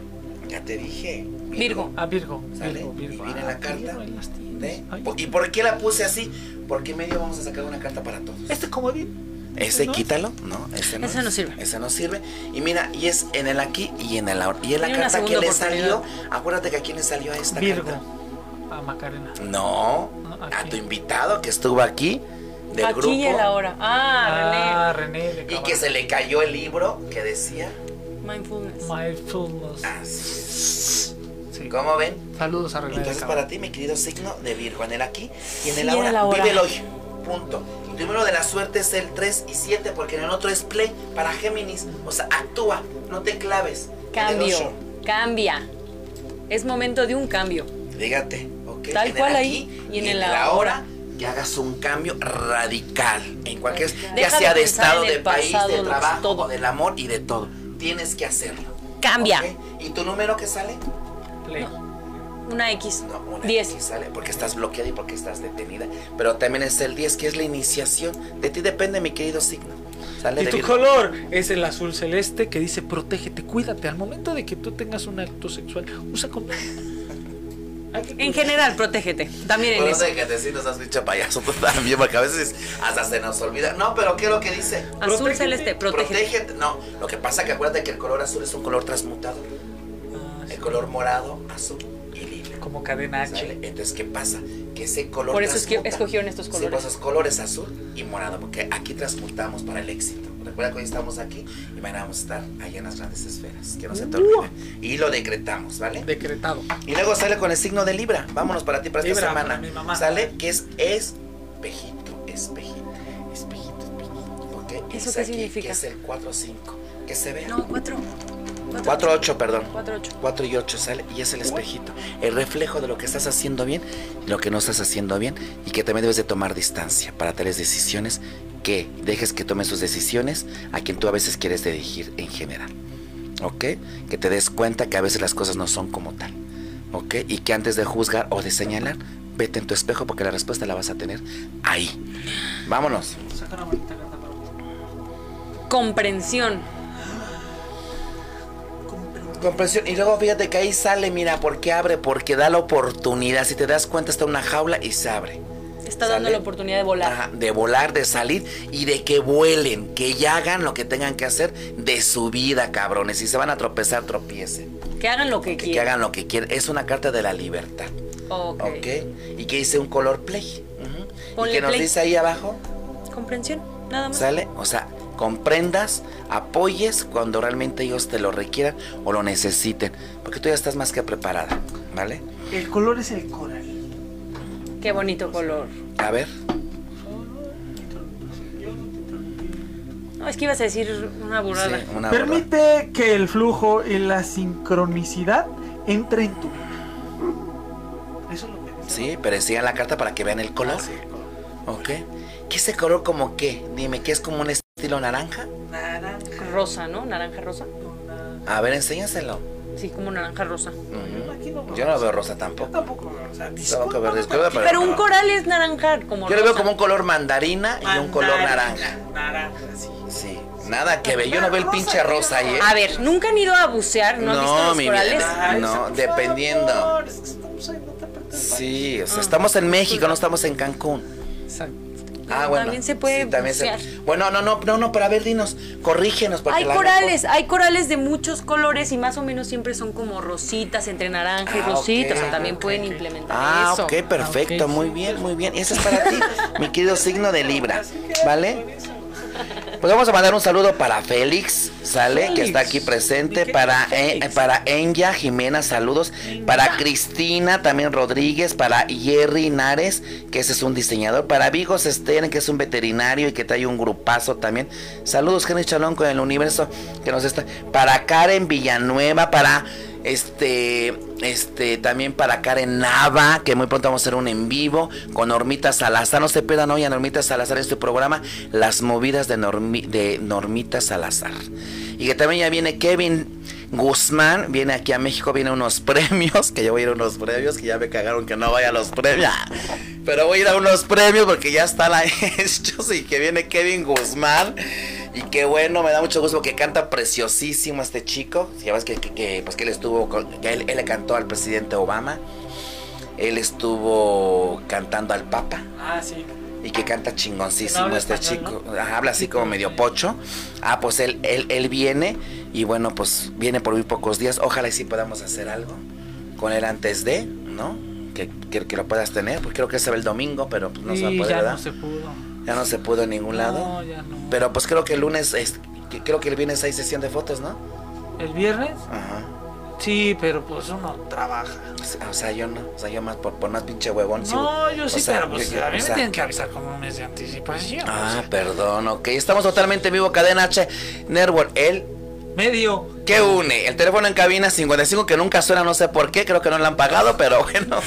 Speaker 2: Ya te dije.
Speaker 5: Virgo.
Speaker 3: Ah, Virgo.
Speaker 2: Sale,
Speaker 3: Virgo, Virgo.
Speaker 2: y viene
Speaker 3: Ah,
Speaker 2: la carta
Speaker 3: Virgo, ahí las tienes.
Speaker 2: ¿eh?
Speaker 3: Ay.
Speaker 2: ¿Y por qué la puse así? Porque medio vamos a sacar una carta para todos.
Speaker 3: Este comodín.
Speaker 2: Ese
Speaker 3: ¿no?
Speaker 2: quítalo, no, ese no,
Speaker 5: Ese
Speaker 2: es.
Speaker 5: no sirve.
Speaker 2: Ese no sirve. Y mira, y es en el aquí y en el ahora. Y es la
Speaker 5: Tiene una
Speaker 2: carta que
Speaker 5: segunda
Speaker 2: le salió. Acuérdate que a quién le salió a esta
Speaker 3: Virgo.
Speaker 2: carta.
Speaker 3: A Macarena.
Speaker 2: No,
Speaker 3: No,
Speaker 2: a
Speaker 3: aquí.
Speaker 2: tu invitado que estuvo aquí del
Speaker 5: Ah, Aquí
Speaker 2: grupo
Speaker 5: y el ahora. Ah,
Speaker 3: Ah, René. de
Speaker 2: y
Speaker 3: Caballo.
Speaker 2: que se le cayó el libro que decía.
Speaker 5: René. Mindfulness.
Speaker 3: Mindfulness.
Speaker 2: Así es.
Speaker 3: Sí.
Speaker 2: ¿Cómo ven?
Speaker 3: Saludos a René. de
Speaker 2: Entonces
Speaker 3: Caballo.
Speaker 2: para ti, mi querido signo de Virgo, en el aquí y en el
Speaker 5: Sí,
Speaker 2: ahora,
Speaker 5: en el ahora.
Speaker 2: vive el hoy. Punto. El número de la suerte es el 3 y 7 porque en el otro es play para Géminis. O sea, actúa, no te claves. En el
Speaker 5: Cambio.
Speaker 2: ocho,
Speaker 5: Cambia. Es momento de un cambio.
Speaker 2: Fíjate, ok.
Speaker 5: Tal
Speaker 2: en el
Speaker 5: cual
Speaker 2: aquí
Speaker 5: ahí y en el ahora.
Speaker 2: que hagas un cambio radical en cualquier, ya
Speaker 5: Deja
Speaker 2: sea
Speaker 5: de
Speaker 2: de
Speaker 5: pensar
Speaker 2: estado,
Speaker 5: en el
Speaker 2: de país,
Speaker 5: pasado,
Speaker 2: de
Speaker 5: lo-
Speaker 2: trabajo,
Speaker 5: todo.
Speaker 2: del amor y de todo. Tienes que hacerlo.
Speaker 5: Cambia.
Speaker 2: ¿ok? ¿Y tu número que sale?
Speaker 3: Play.
Speaker 5: Una X.
Speaker 2: No, una
Speaker 5: 10.
Speaker 2: X sale porque estás bloqueada y porque estás detenida. Pero también está el 10, que es la iniciación. De ti depende, mi querido signo. Sale
Speaker 3: Y
Speaker 2: de
Speaker 3: tu
Speaker 2: Virgo.
Speaker 3: color es el azul celeste que dice protégete, cuídate. Al momento de que tú tengas un acto sexual, usa con.
Speaker 5: En general, protégete. También en
Speaker 2: Pero no
Speaker 5: eso.
Speaker 2: sé que te sí nos has dicho payaso tú también, porque a veces hasta se nos olvida. No, pero ¿qué es lo que dice?
Speaker 5: Azul
Speaker 3: Protégete,
Speaker 5: celeste, protégete.
Speaker 2: Protégete. No, lo que pasa que acuérdate que el color azul es un color transmutado. El color morado, azul y lila.
Speaker 3: Como cadena
Speaker 2: ¿sale?
Speaker 3: H.
Speaker 2: Entonces, ¿qué pasa? Que ese color.
Speaker 5: Por eso es que
Speaker 2: transmuta.
Speaker 5: escogieron estos
Speaker 2: Sí,
Speaker 5: colores.
Speaker 2: pues, esos colores azul y morado, porque aquí transmutamos para el éxito. Recuerda que hoy estamos aquí y mañana vamos a estar allá en las grandes esferas. Que no se te olvide. Y lo decretamos, ¿vale?
Speaker 3: Decretado.
Speaker 2: Y luego sale con el signo de Libra. Vámonos para ti para esta
Speaker 3: Libra,
Speaker 2: semana.
Speaker 3: para mi mamá.
Speaker 2: Sale que es espejito, espejito, espejito, espejito. ¿ok?
Speaker 5: ¿Eso
Speaker 2: Es
Speaker 5: qué
Speaker 2: aquí,
Speaker 5: significa?
Speaker 2: Que es el 4-5. Que se vea.
Speaker 5: No, cuatro.
Speaker 2: 4-8, perdón.
Speaker 5: Cuatro, ocho.
Speaker 2: 4 y 8 sale y es el espejito, el reflejo de lo que estás haciendo bien, lo que no estás haciendo bien y que también debes de tomar distancia para tales decisiones que dejes que tomen sus decisiones a quien tú a veces quieres dirigir en general. ¿Ok? Que te des cuenta que a veces las cosas no son como tal. ¿Ok? Y que antes de juzgar o de señalar, vete en tu espejo porque la respuesta la vas a tener ahí. Vámonos.
Speaker 3: Saca una bonita carta para mí.
Speaker 5: Comprensión.
Speaker 2: Comprensión. Y luego fíjate que ahí sale, mira, porque abre, porque da la oportunidad. Si te das cuenta, está una jaula y se abre.
Speaker 5: Está
Speaker 2: Sale.
Speaker 5: dando la oportunidad de volar.
Speaker 2: Ajá, de volar, de salir y de que vuelen, que ya hagan lo que tengan que hacer de su vida, cabrones. Si se van a tropezar, tropiecen.
Speaker 5: Que hagan lo que
Speaker 2: Que, que
Speaker 5: quieran.
Speaker 2: hagan lo que quieran. Es una carta de la libertad,
Speaker 5: Ok.
Speaker 2: ¿ok? Y que dice un color play. ujú.
Speaker 5: Ponle
Speaker 2: Y que nos
Speaker 5: play.
Speaker 2: dice ahí abajo,
Speaker 5: Comprensión. Nada más.
Speaker 2: ¿sale? O sea, comprendas, apoyes cuando realmente ellos te lo requieran o lo necesiten. Porque tú ya estás más que preparada, ¿vale?
Speaker 3: El color es el coral.
Speaker 5: Qué bonito color.
Speaker 2: A ver.
Speaker 6: No, es que ibas a decir una burrada.
Speaker 2: sí, una burla.
Speaker 3: Permite que el flujo y la sincronicidad entren en tu vida. Eso es lo que dice.
Speaker 2: Sí, pero sigan la carta para que vean el color. Ok. ¿Qué es ese color como qué? Dime, ¿qué es como un estilo naranja?
Speaker 6: Rosa, ¿no? Naranja rosa.
Speaker 2: A ver, enséñaselo.
Speaker 6: Sí, como naranja rosa.
Speaker 2: Ujú. Yo no veo rosa tampoco.
Speaker 3: Tampoco, o sea,
Speaker 2: Tampoco veo
Speaker 3: discúlpame,
Speaker 2: disculpa, pero.
Speaker 6: Pero un coral es naranja, como
Speaker 2: Yo lo veo
Speaker 6: rosa.
Speaker 2: como un color mandarina y un color naranja.
Speaker 3: Naranja, sí.
Speaker 2: Sí. Nada que ver. Yo no veo el pinche rosa ahí. ¿eh?
Speaker 6: A ver, ¿nunca han ido a bucear? ¿No, han visto los
Speaker 2: mi
Speaker 6: corales?
Speaker 2: vida. No, dependiendo.
Speaker 3: Es que estamos ahí, no te apretes.
Speaker 2: Sí, o sea, estamos en México, no estamos en Cancún. Ah, bueno.
Speaker 6: También se puede bucear.
Speaker 2: Bueno, no, no, no, no, pero a ver, dinos, corrígenos. Porque
Speaker 6: Hay
Speaker 2: la-
Speaker 6: corales, hay corales de muchos colores y más o menos siempre son como rositas, entre naranja y
Speaker 2: Ah,
Speaker 6: rosita.
Speaker 2: ok,
Speaker 6: o sea, también
Speaker 2: ok,
Speaker 6: pueden implementar
Speaker 2: Ah,
Speaker 6: eso.
Speaker 2: ok, perfecto, muy bien, muy bien. Eso es para ti, mi querido signo de Libra, ¿vale? Pues vamos a mandar un saludo para Félix, ¿sale? Que está aquí presente, para, eh, para Enya Jimena, saludos, para Cristina también Rodríguez, para Jerry Nares, que ese es un diseñador, para Vigos Stern, que es un veterinario y que trae un grupazo también. Saludos, Henry Chalón con el universo que nos está. Para Karen Villanueva, para este, este, también para Karen Nava, que muy pronto vamos a hacer un en vivo con Normita Salazar. No se pierdan hoy a Normita Salazar en su programa, Las Movidas de, Normi- de Normita Salazar. Y que también ya viene Kevin Guzmán, viene aquí a México, viene unos premios, que yo voy a ir a unos premios, que ya me cagaron que no vaya a los premios. Pero voy a ir a unos premios porque ya están ahí hechos y que viene Kevin Guzmán. Y qué bueno, me da mucho gusto que canta preciosísimo este chico. Si ya ves que, que- que, pues que él estuvo, con- que él, él le cantó al presidente Obama. Él estuvo cantando al Papa
Speaker 4: Ah, sí.
Speaker 2: y que canta
Speaker 4: No
Speaker 2: chingoncísimo
Speaker 4: habla
Speaker 2: este
Speaker 4: español,
Speaker 2: chico. Ajá, Habla así como medio pocho. Ah, pues él, él, él viene y bueno, pues viene por muy pocos días. Ojalá y sí podamos hacer algo con él antes de, ¿no? Que, que, que lo puedas tener, porque creo que se ve el domingo, pero pues, no se va a
Speaker 3: Y
Speaker 2: poder,
Speaker 3: ya
Speaker 2: ¿verdad?
Speaker 3: no se pudo.
Speaker 2: Ya no se pudo en ningún lado.
Speaker 3: No, ya no.
Speaker 2: Pero pues creo que el lunes, es- que- creo que el viernes hay sesión de fotos, ¿no?
Speaker 3: ¿El viernes?
Speaker 2: Ajá.
Speaker 3: Sí, pero pues uno trabaja.
Speaker 2: O sea, yo no, o sea, yo más por, por más pinche huevón. sí,
Speaker 3: No, yo
Speaker 2: o
Speaker 3: sí,
Speaker 2: sea,
Speaker 3: pero pues
Speaker 2: yo- yo-
Speaker 3: a mí
Speaker 2: o
Speaker 3: me
Speaker 2: sea,
Speaker 3: tienen que avisar con un mes de anticipación.
Speaker 2: Ah, perdón, ok. Estamos totalmente en vivo, Cadena H, Network, el
Speaker 3: Medio.
Speaker 2: que une. El teléfono en cabina 55 que nunca suena, no sé por qué, creo que no lo han pagado, pero bueno.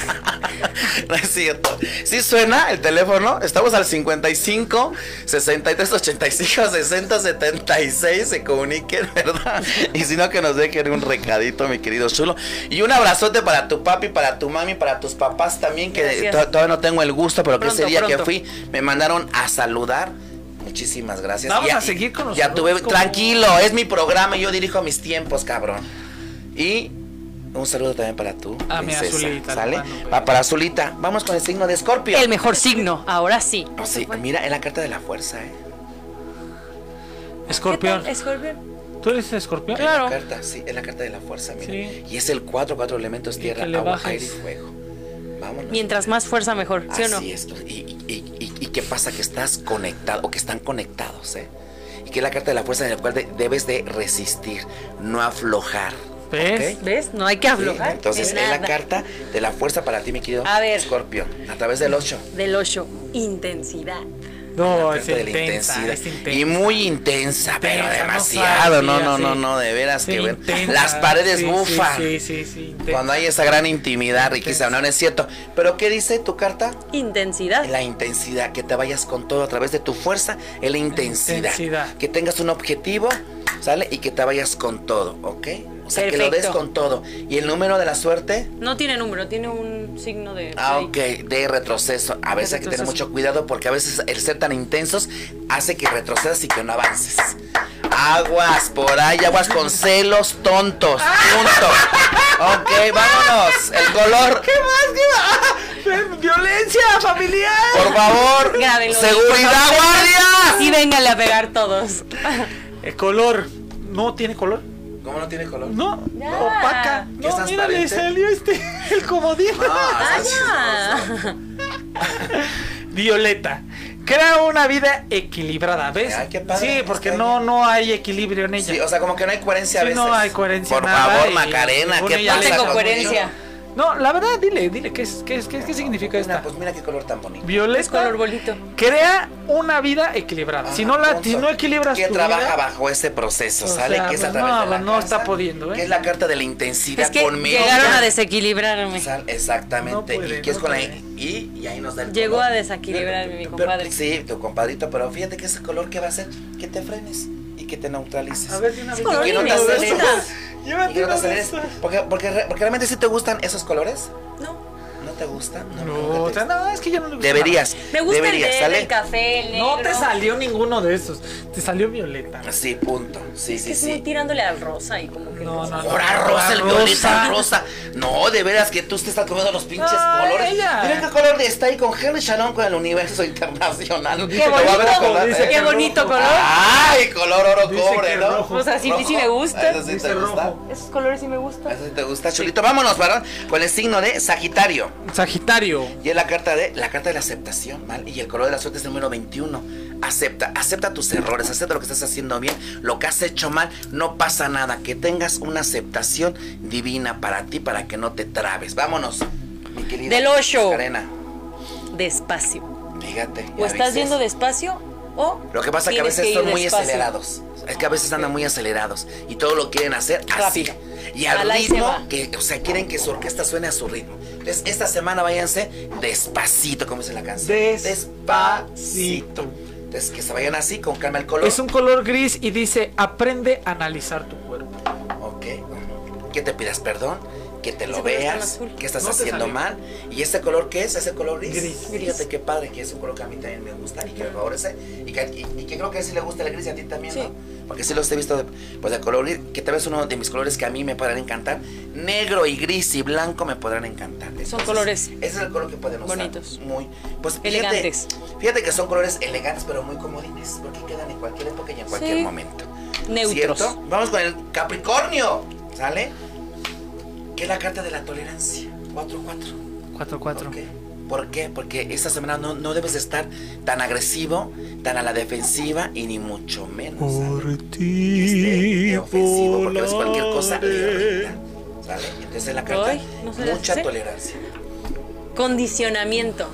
Speaker 2: no es cierto. Sí suena el teléfono, estamos al 55 63 85 60 76, se comuniquen, ¿verdad? Y si no, que nos dejen un recadito, mi querido chulo. Y un abrazote para tu papi, para tu mami, para tus papás también, que
Speaker 6: Gracias.
Speaker 2: to- todavía no tengo el gusto, pero que ese
Speaker 6: Pronto,
Speaker 2: día que
Speaker 6: pronto.
Speaker 2: fui me mandaron a saludar. Muchísimas gracias.
Speaker 3: Vamos
Speaker 2: Ya-
Speaker 3: a seguir con los
Speaker 2: Ya tuve.
Speaker 3: saludos como-
Speaker 2: Tranquilo, es mi programa y yo dirijo mis tiempos, cabrón. Y un saludo también para tú.
Speaker 3: A Ah, mi
Speaker 2: princesa,
Speaker 3: Azulita,
Speaker 2: ¿Sale?
Speaker 3: le mando,
Speaker 2: Va para Azulita. Vamos con el signo de Escorpio.
Speaker 6: El Pues, mejor signo, ahora sí.
Speaker 2: Oh, sí, mira, en la carta de la fuerza, ¿eh?
Speaker 3: Escorpión.
Speaker 6: ¿Qué tal, Escorpión.
Speaker 3: ¿Tú eres escorpión?
Speaker 2: En la
Speaker 6: Claro.
Speaker 2: carta, sí, en la carta de la fuerza, mira.
Speaker 3: Sí.
Speaker 2: Y es el 4, 4 elementos:
Speaker 3: Y
Speaker 2: tierra,
Speaker 3: que le
Speaker 2: agua,
Speaker 3: bajes.
Speaker 2: aire y fuego. Vámonos.
Speaker 6: Mientras más fuerza, mejor, ¿sí o no?
Speaker 2: Así es. pues, Y, y- y- y- y qué pasa? Que estás conectado o que están conectados, ¿eh? Y que es la carta de la fuerza en la cual de- debes de resistir, no aflojar.
Speaker 3: ¿Ves?
Speaker 2: ¿ok?
Speaker 6: ¿Ves? No hay que
Speaker 2: Sí,
Speaker 6: aflojar.
Speaker 2: entonces
Speaker 6: de
Speaker 2: es la
Speaker 6: nada.
Speaker 2: carta de la fuerza para ti, mi querido
Speaker 6: A ver.
Speaker 2: Scorpio, a través del 8.
Speaker 6: Del 8, intensidad.
Speaker 3: No, es
Speaker 2: de la
Speaker 3: intensa,
Speaker 2: intensidad.
Speaker 3: es intensa.
Speaker 2: Y muy intensa, pero
Speaker 3: Intensa, no
Speaker 2: demasiado.
Speaker 3: sabes,
Speaker 2: No,
Speaker 3: sí,
Speaker 2: no,
Speaker 3: así.
Speaker 2: no, no, de veras
Speaker 3: Sí,
Speaker 2: que bueno.
Speaker 3: intensa,
Speaker 2: Las paredes
Speaker 3: sí, sí,
Speaker 2: bufan.
Speaker 3: Sí, sí, sí, intensa.
Speaker 2: Cuando hay esa gran intimidad, riquísima,
Speaker 3: Intensa.
Speaker 2: no, no es cierto. Pero ¿qué dice tu carta?
Speaker 6: Intensidad.
Speaker 2: La intensidad, que te vayas con todo a través de tu fuerza, es la intensidad.
Speaker 3: intensidad.
Speaker 2: Que tengas un objetivo, ¿sale? Y que te vayas con todo, ¿ok? O sea, que lo des
Speaker 6: Perfecto.
Speaker 2: con todo. ¿Y el número de la suerte?
Speaker 6: No tiene número, tiene un signo de.
Speaker 2: Ah,
Speaker 6: ahí.
Speaker 2: ok, de retroceso. A veces hay que tener
Speaker 6: retroceso.
Speaker 2: mucho cuidado porque a veces el ser tan intensos hace que retrocedas y que no avances. Aguas por ahí, aguas con celos tontos. Punto. Ok, vámonos. El color. ¿Qué más?
Speaker 3: ¡Violencia familiar!
Speaker 2: Por favor.
Speaker 6: Grábenlo,
Speaker 2: Seguridad,
Speaker 6: por favor.
Speaker 5: Ah,
Speaker 2: guardias.
Speaker 6: Y véngale a pegar todos.
Speaker 3: El color. ¿No tiene color?
Speaker 2: ¿Cómo no tiene color?
Speaker 3: No.
Speaker 6: Ya.
Speaker 3: Opaca.
Speaker 2: ¿Qué es
Speaker 3: No, mira, le
Speaker 2: transparente?
Speaker 3: salió este. El comodín.
Speaker 2: Ah,
Speaker 6: ¡Vaya!
Speaker 3: Violeta. Crea una vida equilibrada, ¿ves?
Speaker 2: Ay, qué padre.
Speaker 3: sí, porque
Speaker 2: Está
Speaker 3: no,
Speaker 2: bien.
Speaker 3: no hay equilibrio en ella.
Speaker 2: Sí, o sea, como que no hay coherencia a
Speaker 3: Sí,
Speaker 2: veces.
Speaker 3: no hay coherencia,
Speaker 2: Por
Speaker 3: nada,
Speaker 2: favor,
Speaker 3: y-
Speaker 2: Macarena,
Speaker 3: y
Speaker 2: ¿qué
Speaker 3: uno ya
Speaker 2: pasa
Speaker 3: le-
Speaker 6: No tengo
Speaker 2: contigo?
Speaker 6: coherencia.
Speaker 4: No, la verdad, dile, dile, ¿qué, es, qué, es- qué, es- qué significa
Speaker 2: Mira,
Speaker 4: esta?
Speaker 2: pues mira qué color tan bonito.
Speaker 7: Es color
Speaker 4: Violeta
Speaker 7: bolito.
Speaker 4: crea una vida equilibrada. Si no la, si no equilibras
Speaker 2: Ah, que
Speaker 4: tu
Speaker 2: trabaja
Speaker 4: vida,
Speaker 2: bajo ese proceso,
Speaker 4: O
Speaker 2: ¿sale?
Speaker 4: sea,
Speaker 2: que es a
Speaker 4: pues,
Speaker 2: través
Speaker 4: no,
Speaker 2: de la
Speaker 4: no está
Speaker 2: casa,
Speaker 4: pudiendo, ¿eh?
Speaker 2: Que es la carta de la intensidad
Speaker 7: Es que
Speaker 2: con menos.
Speaker 7: llegaron a desequilibrarme.
Speaker 2: Sal- Exactamente.
Speaker 4: No puede,
Speaker 2: y que es
Speaker 4: no
Speaker 2: con la
Speaker 4: puede.
Speaker 2: y, y ahí nos da el
Speaker 5: Llegó
Speaker 2: color.
Speaker 5: a desequilibrar mi
Speaker 2: Pero-
Speaker 5: compadre.
Speaker 2: Sí, tu compadrito, pero fíjate que ese color que va a hacer que te frenes y que te neutralices.
Speaker 4: A ver, de una vez.
Speaker 2: Y que no te
Speaker 5: colorines,
Speaker 2: aceleres.
Speaker 5: ¿verdad?
Speaker 2: Y
Speaker 4: Llévate
Speaker 2: que no te
Speaker 4: una de
Speaker 2: aceleres.
Speaker 4: estas.
Speaker 2: Porque, porque, re- porque realmente si te gustan esos colores,
Speaker 5: No.
Speaker 2: ¿no te gustan?
Speaker 4: No, o sea, no, es que ya no le gusta.
Speaker 2: Deberías.
Speaker 5: Me gusta
Speaker 2: deberías,
Speaker 5: el
Speaker 2: ¿sale?
Speaker 5: verde, el café, el negro.
Speaker 4: No te salió ninguno de esos. Te salió Violeta.
Speaker 2: Sí, punto. Sí,
Speaker 5: Es que
Speaker 2: sí,
Speaker 5: es
Speaker 2: sí.
Speaker 5: muy tirándole al rosa y como que.
Speaker 4: No, no, no.
Speaker 2: Ahora rosa, el
Speaker 4: Rosa.
Speaker 2: violeta rosa. No, de veras que tú te estás comiendo los pinches
Speaker 4: Ay,
Speaker 2: colores.
Speaker 4: ella.
Speaker 2: Mira qué color está ahí con Henry Shalom con el universo internacional.
Speaker 5: Qué bonito.
Speaker 4: dice
Speaker 5: Qué
Speaker 4: que
Speaker 5: bonito
Speaker 4: rojo.
Speaker 5: color.
Speaker 2: Ay, color oro
Speaker 4: Dice
Speaker 2: cobre,
Speaker 4: que
Speaker 2: ¿no?
Speaker 4: rojo.
Speaker 5: O sea, sí,
Speaker 2: Rojo.
Speaker 5: sí me gusta.
Speaker 2: Eso sí
Speaker 4: Dice
Speaker 2: te gusta.
Speaker 4: rojo.
Speaker 5: Esos colores sí me gustan.
Speaker 2: Eso sí te gusta, chulito. Vámonos, varón, con el signo de Sagitario.
Speaker 4: Sagitario.
Speaker 2: Y es la carta de la carta de la aceptación, ¿vale? Y el color de la suerte es el número 21. Acepta, acepta tus errores, acepta lo que estás haciendo bien, lo que has hecho mal, no pasa nada, que tengas una aceptación divina para ti, para que no te trabes. Vámonos, mi querida.
Speaker 5: Del ocho.
Speaker 2: Arena,
Speaker 5: Despacio.
Speaker 2: fíjate.
Speaker 5: O
Speaker 2: a
Speaker 5: estás
Speaker 2: veces-
Speaker 5: yendo despacio o.
Speaker 2: Lo que pasa es que a
Speaker 5: tienes
Speaker 2: veces
Speaker 5: ir
Speaker 2: son muy
Speaker 5: despacio.
Speaker 2: acelerados. Es que a veces andan muy acelerados y todo lo quieren hacer así.
Speaker 5: Rápido.
Speaker 2: Y al
Speaker 5: Ala y se
Speaker 2: ritmo
Speaker 5: va.
Speaker 2: que, o sea, quieren que su orquesta suene a su ritmo. Entonces, esta semana váyanse despacito, como dice la canción.
Speaker 4: Despacito.
Speaker 2: Entonces, que se vayan así, con calma el color.
Speaker 4: Es un color gris y dice aprende a analizar tu cuerpo.
Speaker 2: Ok. Que te pidas perdón, que te lo
Speaker 5: Ese color está
Speaker 2: veas,
Speaker 5: azul.
Speaker 2: que estás
Speaker 4: No te
Speaker 2: haciendo
Speaker 4: salió.
Speaker 2: mal. ¿Y este color qué es? ¿Ese color gris?
Speaker 4: Gris.
Speaker 2: Fíjate qué padre, que es un color que a mí también me gusta y que me favorece. Y que, y- y que creo que sí le gusta el gris y a ti también, ¿no? Porque sí los he visto de, pues de color gris, que tal vez uno de mis colores que a mí me podrán encantar. Negro y gris y blanco me podrán encantar. Entonces,
Speaker 5: colores
Speaker 2: Ese es el color que podemos usar.
Speaker 5: bonitos.
Speaker 2: Muy. Pues fíjate,
Speaker 5: Elegantes.
Speaker 2: Fíjate que son colores elegantes, pero muy comodines, porque quedan en cualquier época y en cualquier
Speaker 5: Sí.
Speaker 2: momento.
Speaker 5: Neutros.
Speaker 2: ¿Cierto? Vamos con el Capricornio. ¿Sale? Que es la carta de la tolerancia. 4-4.
Speaker 4: 4-4.
Speaker 2: Ok. ¿Por qué? Porque esta semana no, no debes de estar tan agresivo, tan a la defensiva y ni mucho menos. ¿sale? Que esté, eh, ofensivo, porque a veces cualquier cosa le irrita, ¿Sale? Entonces es la carta
Speaker 5: Ay, no se las
Speaker 2: mucha
Speaker 5: sé.
Speaker 2: tolerancia.
Speaker 5: Condicionamiento.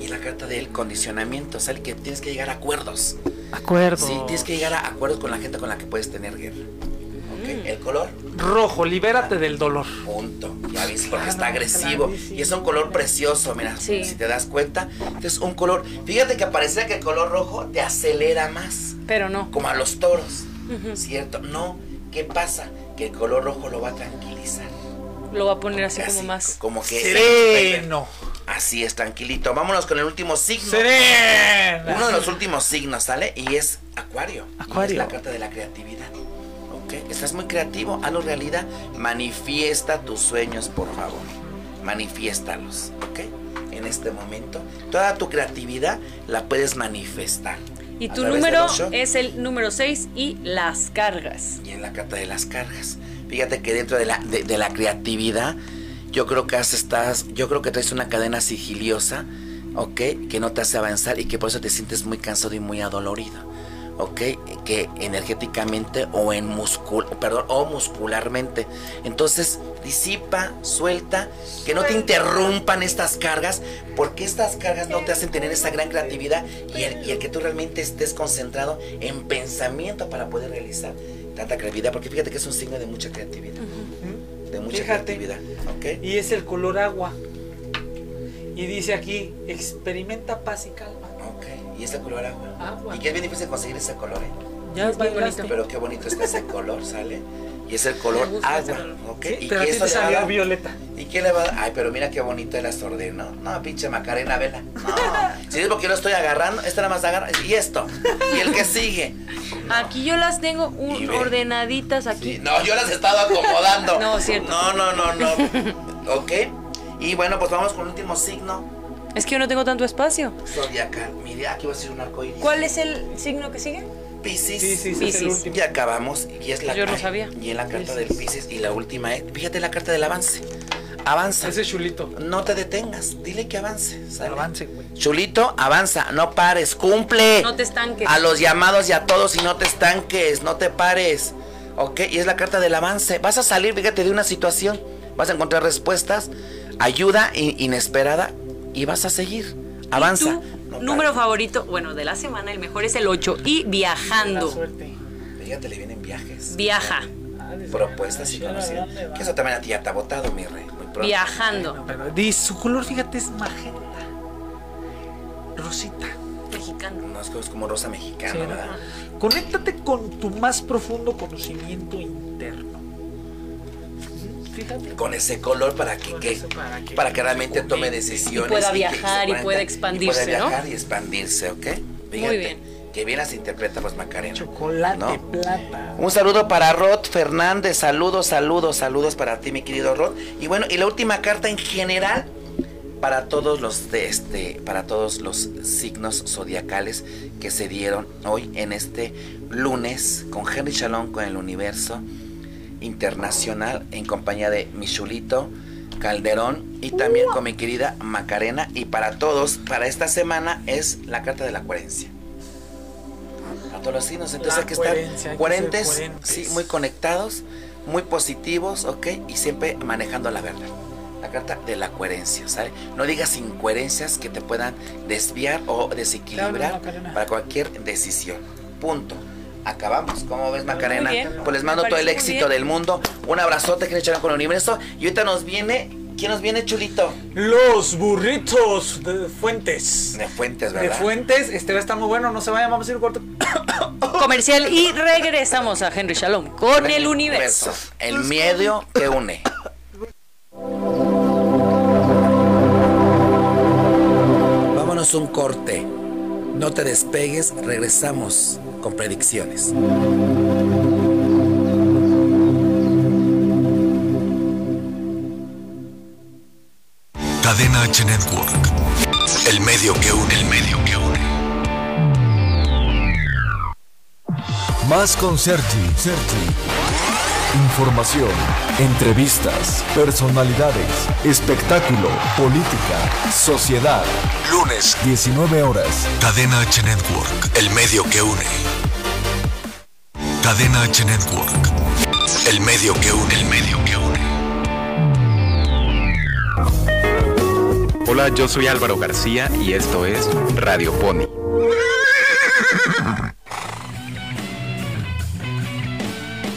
Speaker 2: Y la carta del condicionamiento, ¿sale? Que tienes que llegar a acuerdos.
Speaker 4: Acuerdo.
Speaker 2: Sí, tienes que llegar a acuerdos con la gente con la que puedes tener guerra. ¿Ok?
Speaker 5: Mm.
Speaker 2: El color,
Speaker 4: Rojo, libérate del dolor.
Speaker 2: punto. Ya ves, porque está agresivo. Y es un color precioso, mira,
Speaker 5: Sí.
Speaker 2: si te das cuenta. Es un color. Fíjate que parecía que el color rojo te acelera más,
Speaker 5: Pero no.
Speaker 2: como a los toros, ¿cierto? No, ¿qué pasa? Que el color rojo lo va a tranquilizar.
Speaker 5: Lo va a poner así como
Speaker 2: Así,
Speaker 5: más.
Speaker 2: Como que.
Speaker 4: Sereno.
Speaker 2: Así es, tranquilito. Vámonos con el último signo.
Speaker 4: Sereno.
Speaker 2: Uno de los últimos signos, ¿sale? Y es Acuario. Y
Speaker 4: Acuario.
Speaker 2: es la carta de la creatividad. ¿Ok? Estás muy creativo, hazlo realidad. Manifiesta tus sueños, por favor. Manifiéstalos, ¿ok? En este momento, toda tu creatividad la puedes manifestar.
Speaker 5: Y
Speaker 2: A
Speaker 5: tu
Speaker 2: través del
Speaker 5: número
Speaker 2: ocho
Speaker 5: es el número 6 y las cargas.
Speaker 2: y en la carta de las cargas. Fíjate que dentro de la, de, de la creatividad, yo creo que has- estás, yo creo que traes una cadena sigiliosa, ¿ok? Que no te hace avanzar y que por eso te sientes muy cansado y muy adolorido, ¿ok? Que energéticamente o en muscul, perdón, o muscularmente. Entonces, disipa, suelta, que no te interrumpan estas cargas, porque estas cargas no te hacen tener esa gran creatividad y el, y el que tú realmente estés concentrado en pensamiento para poder realizar tanta creatividad, porque fíjate que es un signo de mucha creatividad, de mucha
Speaker 4: Fíjate.
Speaker 2: creatividad, ¿ok?
Speaker 4: Y es el color agua. Y dice aquí, experimenta paz y calma.
Speaker 2: Ok, y ese color agua.
Speaker 4: Agua.
Speaker 2: Y que es bien difícil conseguir ese color, ¿eh?
Speaker 4: Ya es bien
Speaker 5: bailaste.
Speaker 4: bonito.
Speaker 2: Pero qué bonito está ese color, ¿sale? Y es el color
Speaker 5: Me gusta ese
Speaker 2: agua, ¿ok? y
Speaker 4: Pero a
Speaker 2: que
Speaker 4: ti
Speaker 2: eso
Speaker 4: te
Speaker 2: le va a
Speaker 4: salió
Speaker 2: dar-
Speaker 4: Violeta.
Speaker 2: ¿Y qué le va a dar? Ay, pero mira qué bonito el astordir, ¿no? No, pinche Macarena, vela. No. Si es porque yo lo estoy agarrando, esta nada más agarra. Y esto. Y el que sigue.
Speaker 5: Aquí yo las tengo un-
Speaker 2: Y ve.
Speaker 5: ordenaditas
Speaker 2: Sí,
Speaker 5: aquí.
Speaker 2: no, yo las he estado acomodando.
Speaker 5: No, cierto.
Speaker 2: No, no, no, no. ¿Ok? Y bueno, pues vamos con el último signo
Speaker 5: Es que yo no tengo tanto espacio.
Speaker 2: zodiacal. Mira, aquí va a ser un arco iris.
Speaker 5: ¿Cuál es el signo que sigue?
Speaker 2: Piscis.
Speaker 4: Sí, sí, sí, es el
Speaker 5: Piscis.
Speaker 4: último.
Speaker 2: Y acabamos, y es la
Speaker 5: Yo no
Speaker 2: ay,
Speaker 5: sabía.
Speaker 2: Y en la carta del Pisces, y la última es, fíjate la carta del avance. Avanza.
Speaker 4: Ese chulito.
Speaker 2: No te detengas, dile que avance. ¿sale?
Speaker 4: Avance, güey.
Speaker 2: Chulito, avanza, no pares, cumple.
Speaker 5: No te estanques.
Speaker 2: A los llamados y a todos y no te estanques, no te pares. Ok, y es la carta del avance. Vas a salir, fíjate, de una situación. vas a encontrar respuestas, ayuda in- inesperada y vas a seguir. Avanza.
Speaker 6: ¿Tu
Speaker 2: No
Speaker 6: número favorito? Bueno, de la semana el mejor es el 8. Y
Speaker 4: La
Speaker 6: viajando.
Speaker 4: suerte.
Speaker 2: pares. Fíjate, le vienen viajes.
Speaker 6: Viaja.
Speaker 2: Propuestas y conocidas. Que eso también a ti ya te ha votado, mi rey. Muy pronto.
Speaker 6: Viajando.
Speaker 3: Pero di, su color, fíjate, es magenta. Rosita.
Speaker 6: Mexicano.
Speaker 2: No es que es como rosa mexicana,
Speaker 3: Sí, ¿no?
Speaker 2: ¿verdad?
Speaker 3: Conéctate con tu más profundo conocimiento interno. Fíjate.
Speaker 2: Con ese color para que,
Speaker 3: Con
Speaker 2: ¿qué?
Speaker 3: eso para que-
Speaker 2: para que realmente
Speaker 3: se
Speaker 2: tome
Speaker 3: comente.
Speaker 2: decisiones.
Speaker 6: Y pueda
Speaker 2: que- que se
Speaker 6: viajar y
Speaker 2: conecta,
Speaker 6: pueda
Speaker 2: Y
Speaker 6: expandirse,
Speaker 2: pueda
Speaker 6: ¿no?
Speaker 2: viajar y expandirse, ¿ok?
Speaker 6: bien.
Speaker 2: Que bien las interpreta los Macarena.
Speaker 3: Chocolate,
Speaker 2: ¿No?
Speaker 3: plata.
Speaker 2: Un saludo para Rod Fernández, saludos, saludos, saludos para ti, mi querido Rod. Y bueno, y la última carta en general para todos los de este, para todos los signos zodiacales que se dieron hoy en este lunes con Henry Shalom con el universo internacional en compañía de Michulito Calderón y también con mi querida Macarena y para todos para esta semana es la carta de la coherencia. A todos los signos, entonces
Speaker 3: La
Speaker 2: hay que estar
Speaker 3: coherencia, hay que ser
Speaker 2: coherentes,
Speaker 3: coherentes.
Speaker 2: sí, muy conectados, muy positivos, ¿ok? Y siempre manejando la verdad. La carta de la coherencia, ¿sale? No digas incoherencias que te puedan desviar o
Speaker 4: Te hablo,
Speaker 2: desequilibrar
Speaker 4: Macarena.
Speaker 2: para cualquier decisión. Punto. Acabamos. ¿Cómo ves, Macarena?
Speaker 6: Muy bien.
Speaker 2: Pues les mando
Speaker 6: Me
Speaker 2: todo el
Speaker 6: parece muy
Speaker 2: éxito
Speaker 6: bien.
Speaker 2: del mundo. Un abrazote que le echaron con el universo. Y ahorita nos viene. ¿Quién nos viene, Chulito?
Speaker 3: Los burritos de Fuentes.
Speaker 2: De Fuentes,
Speaker 3: De
Speaker 2: ¿verdad?
Speaker 3: Fuentes, este va a estar muy bueno, no se vayan, vamos a ir a un corto.
Speaker 6: Comercial. Y regresamos a Henry Shalom con el universo.
Speaker 2: El miedo que une. Vámonos un corte. No te despegues, regresamos con predicciones.
Speaker 1: Cadena H Network. El medio que une. El medio que une. Más con Certi. Información, entrevistas, personalidades, espectáculo, política, sociedad. Lunes, 19 horas. Cadena H Network. El medio que une. Cadena H Network. El medio que une. El medio que une.
Speaker 8: Hola, yo soy Álvaro García y esto es Radio Pony.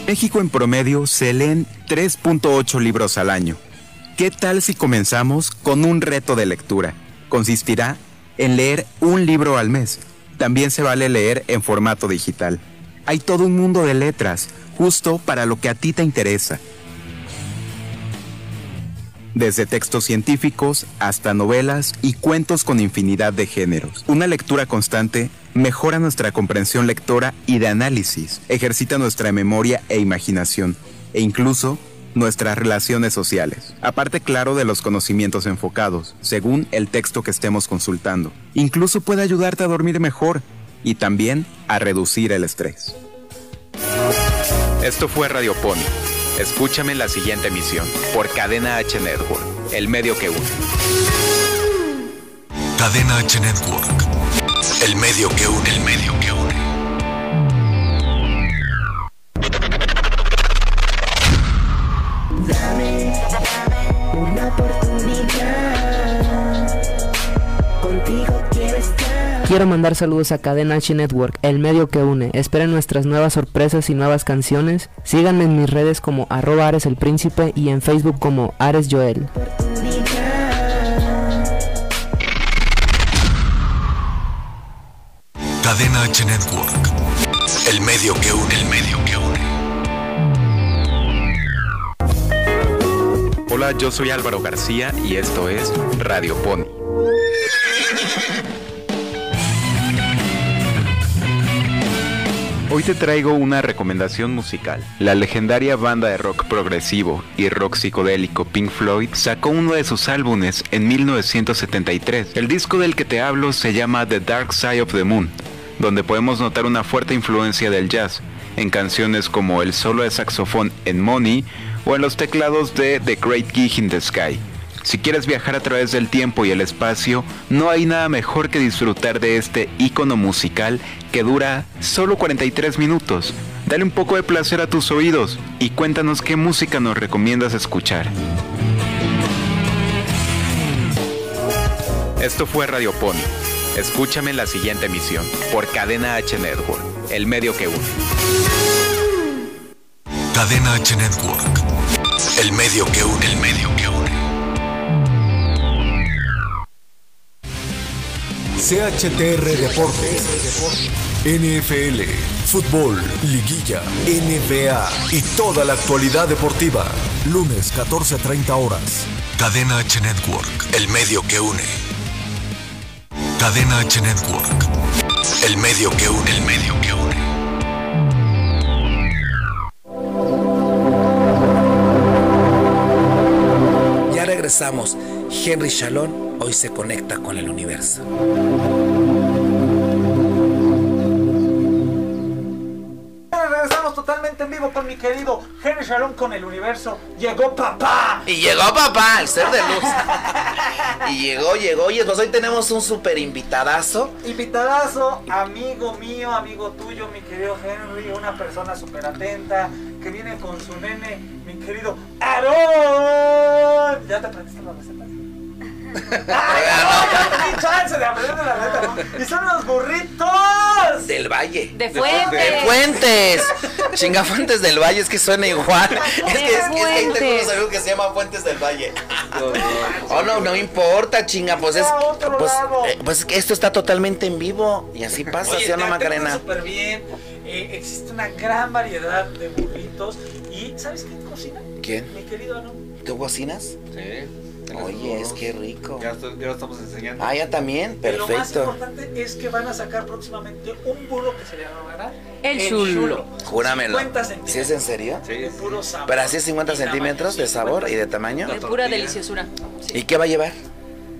Speaker 8: México en promedio se leen 3.8 libros al año. ¿Qué tal si comenzamos con un reto de lectura? Consistirá en leer un libro al mes. También se vale leer en formato digital. Hay todo un mundo de letras, justo para lo que a ti te interesa desde textos científicos hasta novelas y cuentos con infinidad de géneros. Una lectura constante mejora nuestra comprensión lectora y de análisis, ejercita nuestra memoria e imaginación, e incluso nuestras relaciones sociales, aparte claro de los conocimientos enfocados, según el texto que estemos consultando. Incluso puede ayudarte a dormir mejor y también a reducir el estrés. Esto fue Radio Pony. Escúchame en la siguiente emisión por Cadena H Network, el medio que une.
Speaker 1: Cadena H Network. El medio que une. El medio que une.
Speaker 9: Quiero mandar saludos a Cadena H Network, el medio que une. Esperen nuestras nuevas sorpresas y nuevas canciones. Síganme en mis redes como arroba Ares el Príncipe y en Facebook como Ares Joel.
Speaker 1: Cadena H Network. El medio que une. El medio que une.
Speaker 8: Hola, yo soy Álvaro García y esto es Radio Pony. Hoy te traigo una recomendación musical. La legendaria banda de rock progresivo y rock psicodélico Pink Floyd sacó uno de sus álbumes en 1973. El disco del que te hablo se llama The Dark Side of the Moon, donde podemos notar una fuerte influencia del jazz en canciones como el solo de saxofón en Money o en los teclados de The Great Gig in the Sky. Si quieres viajar a través del tiempo y el espacio, no hay nada mejor que disfrutar de este ícono musical que dura solo 43 minutos, Dale un poco de placer a tus oídos y cuéntanos qué música nos recomiendas escuchar. Esto fue Radio Pony. Escúchame en la siguiente emisión por Cadena H Network, el medio que une.
Speaker 1: Cadena H Network. El medio que une. El medio que une. CHTR Deportes. NFL, fútbol, liguilla, NBA y toda la actualidad deportiva. Lunes 14:30 horas. Cadena H Network, el medio que une. Cadena H Network, el medio que une, el medio que une.
Speaker 2: Ya regresamos. Henry Shalom hoy se conecta con el universo.
Speaker 4: Regresamos totalmente en vivo con mi querido Henry Shalom con el universo. Llegó papá.
Speaker 2: Y llegó papá, el ser de luz. y llegó, llegó. Y pues hoy tenemos un super invitadazo.
Speaker 4: Invitadazo, amigo mío, amigo tuyo, mi querido Henry, una persona súper atenta que viene con su nene, mi querido Aarón. ¿Ya te aprendiste la receta? ¡Ay, no! ¡Ya te di chance de aprender la receta! ¿no? ¡Y son los burritos!
Speaker 2: Del Valle.
Speaker 10: De fuente.
Speaker 2: Fuentes. Chinga Fuentes del Valle, es que suena igual. Es que, es que, es que ahí tengo unos
Speaker 10: Fuentes.
Speaker 2: amigos que se llaman Fuentes del Valle. Oh, no, no importa, chinga. Pues es.
Speaker 4: A otro
Speaker 2: Pues,
Speaker 4: lado.
Speaker 2: eh, pues es que esto está totalmente en vivo. Y así pasa,
Speaker 4: Oye,
Speaker 2: ¿sí o no,
Speaker 4: te atienden
Speaker 2: Macarena?
Speaker 4: súper bien. eh, existe una gran variedad de burritos. ¿Y sabes qué cocina?
Speaker 2: ¿Quién?
Speaker 4: Mi querido Aarón.
Speaker 2: ¿Tú cocinas?
Speaker 11: Sí.
Speaker 2: Oye, es que rico.
Speaker 11: Ya, esto- ya lo estamos enseñando.
Speaker 2: Ah, ya también.
Speaker 4: Y Lo más
Speaker 2: Perfecto.
Speaker 4: importante es que van a sacar próximamente un burro que se le llamará
Speaker 10: El chulo.
Speaker 2: Júramelo.
Speaker 4: 50
Speaker 2: ¿Sí es en serio?
Speaker 11: Sí,
Speaker 4: de
Speaker 11: sí.
Speaker 4: puro sabor.
Speaker 2: Pero así es 50
Speaker 4: Y tamaño,
Speaker 2: centímetros de
Speaker 4: 50.
Speaker 2: sabor y de tamaño.
Speaker 10: De
Speaker 11: tortilla.
Speaker 10: pura deliciosura. Sí.
Speaker 2: ¿Y qué va a llevar?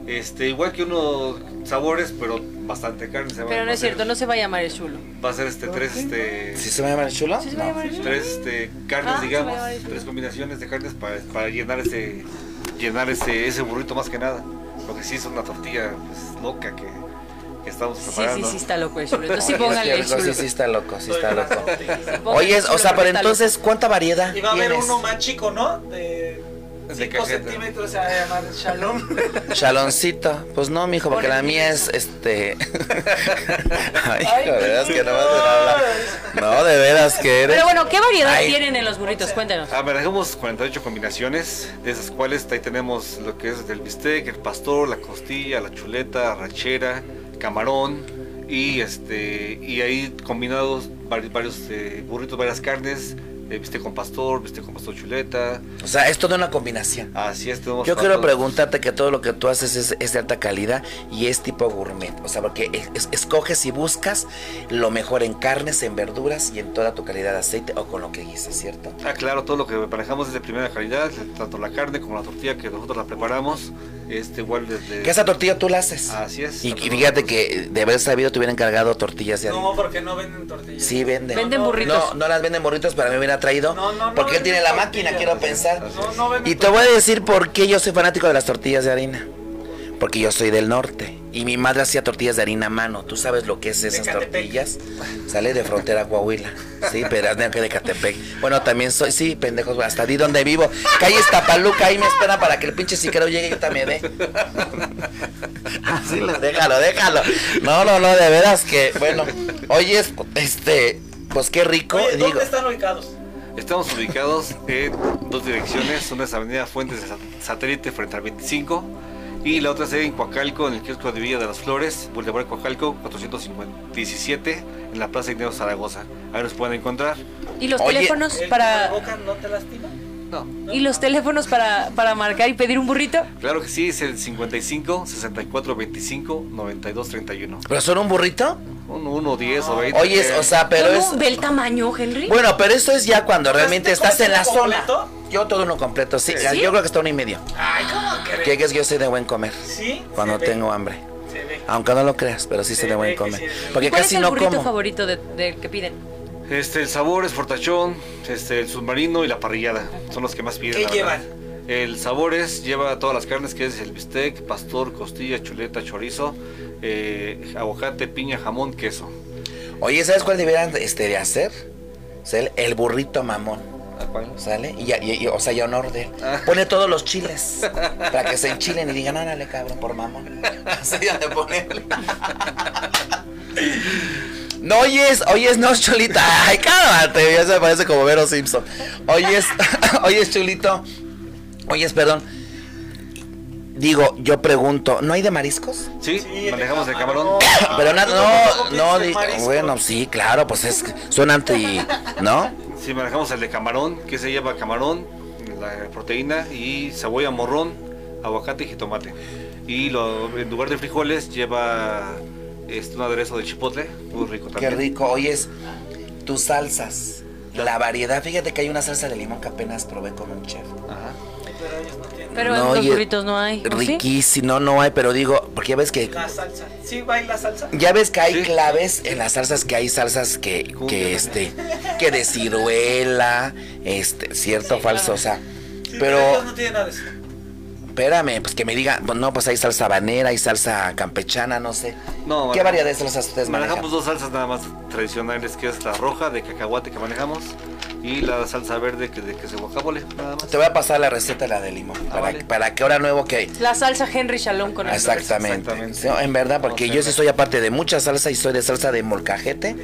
Speaker 11: Este, igual que unos sabores, pero bastante carne. se va-
Speaker 5: Pero no
Speaker 11: va a
Speaker 5: es
Speaker 11: ser-
Speaker 5: cierto, no se va a llamar el chulo.
Speaker 11: Va a ser este, tres, este,
Speaker 2: ¿Sí se va a llamar el chulo?
Speaker 5: ¿Sí se va a
Speaker 2: No.
Speaker 5: llamar el chulo?
Speaker 11: tres este, carnes,
Speaker 5: Ah,
Speaker 11: digamos.
Speaker 5: se va a llevar.
Speaker 11: Tres combinaciones de carnes para, para llenar ese llenar ese, ese burrito más que nada. Porque sí es una tortilla pues, loca que, que estamos
Speaker 5: Sí, sí,
Speaker 11: preparando.
Speaker 5: sí, está loco el chulo. Entonces sí
Speaker 2: Oye,
Speaker 5: póngale
Speaker 2: qué
Speaker 5: el
Speaker 2: rico,
Speaker 5: chulo.
Speaker 2: Sí, sí está loco, sí está
Speaker 4: Estoy
Speaker 2: loco.
Speaker 4: bastante-
Speaker 5: Póngale
Speaker 2: Oye,
Speaker 5: el chulo
Speaker 2: o sea, pero
Speaker 5: porque está loco.
Speaker 2: entonces, ¿cuánta variedad
Speaker 4: Y va a haber
Speaker 2: tienes?
Speaker 4: uno más chico, ¿no? De
Speaker 11: De
Speaker 4: 5
Speaker 11: cajeta.
Speaker 4: centímetros se va a llamar Shalom.
Speaker 2: Chaloncito. Pues no, mijo, porque la mía es este. Ay, hijo, de veras que no vas a hablar. No, de veras que eres.
Speaker 10: Pero bueno, ¿qué variedad
Speaker 2: Ay.
Speaker 10: tienen en los burritos? Cuéntanos.
Speaker 11: Ah, manejamos 48 combinaciones, de esas cuales ahí tenemos lo que es del bistec, el pastor, la costilla, la chuleta, arrachera, camarón y este y ahí combinados varios, varios eh, burritos, varias carnes, eh, bistec con pastor, bistec con pastor chuleta.
Speaker 2: O sea, es toda una combinación.
Speaker 11: Así es, tenemos
Speaker 2: Yo
Speaker 11: para
Speaker 2: quiero
Speaker 11: todos.
Speaker 2: preguntarte que todo lo que tú haces es, es de alta calidad y es tipo gourmet. O sea, porque es- es- escoges y buscas lo mejor en carnes, en verduras y en toda tu calidad de aceite o con lo que guises, ¿cierto?
Speaker 11: Ah, claro, todo lo que manejamos es de primera calidad, tanto la carne como la tortilla que nosotros la preparamos, este igual desde
Speaker 2: Que esa tortilla tú la haces.
Speaker 11: Así es.
Speaker 2: Y, y fíjate que de haber sabido te hubieran encargado tortillas de
Speaker 4: No,
Speaker 2: harina.
Speaker 4: porque no venden tortillas.
Speaker 2: Sí, venden.
Speaker 5: Venden burritos.
Speaker 2: No, no las venden burritos, pero a mí me hubiera traído.
Speaker 4: No, no, no
Speaker 2: porque él tiene
Speaker 4: venden
Speaker 2: la máquina,
Speaker 4: tortillas.
Speaker 2: quiero pensar.
Speaker 4: No, no venden
Speaker 2: Y te voy a decir por qué yo soy fanático de las tortillas de harina. Porque yo soy del norte y mi madre hacía tortillas de harina a mano. ¿Tú sabes lo que es esas
Speaker 4: Catepec.
Speaker 2: tortillas? Sale de frontera Coahuila. Sí, pero de de Catepec. Bueno, también soy, sí, pendejos, güey, hasta di donde vivo. Calle Estapaluca, ahí me espera para que el pinche siquero llegue ¿eh? y ahorita me dé. Así lo- déjalo, déjalo. No, no, no, de veras que, bueno, oye, este, pues qué rico,
Speaker 4: Oye, ¿dónde
Speaker 2: digo.
Speaker 4: están ubicados?
Speaker 11: Estamos ubicados en dos direcciones, una es Avenida Fuentes del Sat- Satélite frente al 25 y la otra es en Coacalco, en el kiosco de Villa de las Flores, Boulevard Coacalco 417, en la Plaza Igneo Zaragoza. Ahí nos pueden encontrar.
Speaker 5: Y los
Speaker 2: Oye,
Speaker 5: teléfonos
Speaker 4: ¿El
Speaker 5: para.
Speaker 4: boca no te lastima?
Speaker 11: No,
Speaker 5: Y los teléfonos para, para marcar y pedir un burrito.
Speaker 11: claro que sí, es el 55 64 25 92 31.
Speaker 2: ¿Pero son un burrito?
Speaker 11: Un 1, 10 o 20.
Speaker 2: Oye, o sea, pero es...
Speaker 10: ¿Cómo ve el tamaño, Henry?
Speaker 2: Bueno, pero esto es ya cuando realmente
Speaker 4: ¿Te
Speaker 2: estás
Speaker 4: comes
Speaker 2: en la
Speaker 4: uno
Speaker 2: zona.
Speaker 4: completo?
Speaker 2: Yo todo uno completo, sí.
Speaker 10: ¿Sí?
Speaker 2: Yo creo que está uno y medio.
Speaker 4: Ay, ¿cómo crees?
Speaker 2: Que es que yo soy de buen comer.
Speaker 4: Sí.
Speaker 2: Cuando
Speaker 4: se ve,
Speaker 2: tengo hambre.
Speaker 4: se ve.
Speaker 2: Aunque no lo creas, pero sí
Speaker 4: Sí,
Speaker 2: soy de buen
Speaker 4: ve que sí
Speaker 2: comer.
Speaker 4: eres de
Speaker 2: Porque
Speaker 5: ¿Cuál es
Speaker 2: casi
Speaker 5: el
Speaker 2: no
Speaker 5: burrito
Speaker 2: como.
Speaker 5: favorito de- del que piden?
Speaker 11: Este, el sabor es fortachón, este, el submarino y la parrillada. Son los que más piden.
Speaker 4: ¿Qué
Speaker 11: la
Speaker 4: llevan?
Speaker 11: verdad. El sabor es, lleva todas las carnes, que es el bistec, pastor, costilla, chuleta, chorizo, eh, aguacate, piña, jamón, queso.
Speaker 2: Oye, ¿sabes cuál deberían este, de hacer? ¿sale? El burrito mamón. ¿Sale? Y, ya- y- y- o sea, ya honor de él. Pone todos los chiles para que se enchilen y digan, órale, cabrón, por mamón. Así ya de ponerle. No, hoy es, hoy es, no, Chulita. Ay, cálmate, ya se me parece como Vero Simpson. Hoy es, hoy es, Chulito. Hoy es, perdón. Digo, yo pregunto, ¿no hay de mariscos?
Speaker 11: Sí, manejamos el camarón.
Speaker 2: Pero na- no,
Speaker 11: tampoco
Speaker 2: no,
Speaker 11: pienses
Speaker 2: di-
Speaker 11: mariscos.
Speaker 2: bueno, sí, claro, pues es, suena anti, ¿no?
Speaker 11: Sí, manejamos el de camarón, que se lleva camarón, la proteína y cebolla morrón, aguacate y jitomate. Y lo, en lugar de frijoles lleva este, un aderezo de chipotle, muy rico
Speaker 2: Qué
Speaker 11: también.
Speaker 2: rico. Oye, es tus salsas, la variedad. Fíjate que hay una salsa de limón que apenas probé con un chef.
Speaker 11: Ajá.
Speaker 5: Pero
Speaker 2: No,
Speaker 5: en los
Speaker 2: y-
Speaker 5: burritos no hay. ¿o sí?
Speaker 2: Riquísimo, no, no hay, pero digo, porque ya ves que
Speaker 4: La salsa. Sí, baila salsa.
Speaker 2: Ya ves que hay
Speaker 11: Sí.
Speaker 2: claves en las salsas que hay salsas que, que este, que de ciruela, este, cierto o falso, o sea.
Speaker 4: Sí,
Speaker 2: Pero,
Speaker 4: no tiene nada de eso.
Speaker 2: espérame, pues que me diga, pues no, pues hay salsa habanera, hay salsa campechana, no sé.
Speaker 11: No,
Speaker 2: ¿Qué
Speaker 11: maneja-
Speaker 2: variedad de salsas ustedes manejan?
Speaker 11: Manejamos dos salsas nada más tradicionales, que es la roja de cacahuate que manejamos y la salsa verde que de que se guacamole, nada más.
Speaker 2: Te voy a pasar la receta de la de limón, para,
Speaker 11: vale.
Speaker 2: para que ahora nuevo que hay.
Speaker 5: La salsa Henry Shalom
Speaker 2: Ah,
Speaker 5: con el
Speaker 2: Exactamente.
Speaker 11: Exactamente.
Speaker 2: Sí, en verdad, porque
Speaker 11: No,
Speaker 2: yo
Speaker 11: sí,
Speaker 2: sí
Speaker 11: no.
Speaker 2: soy aparte de mucha salsa y soy de salsa de molcajete.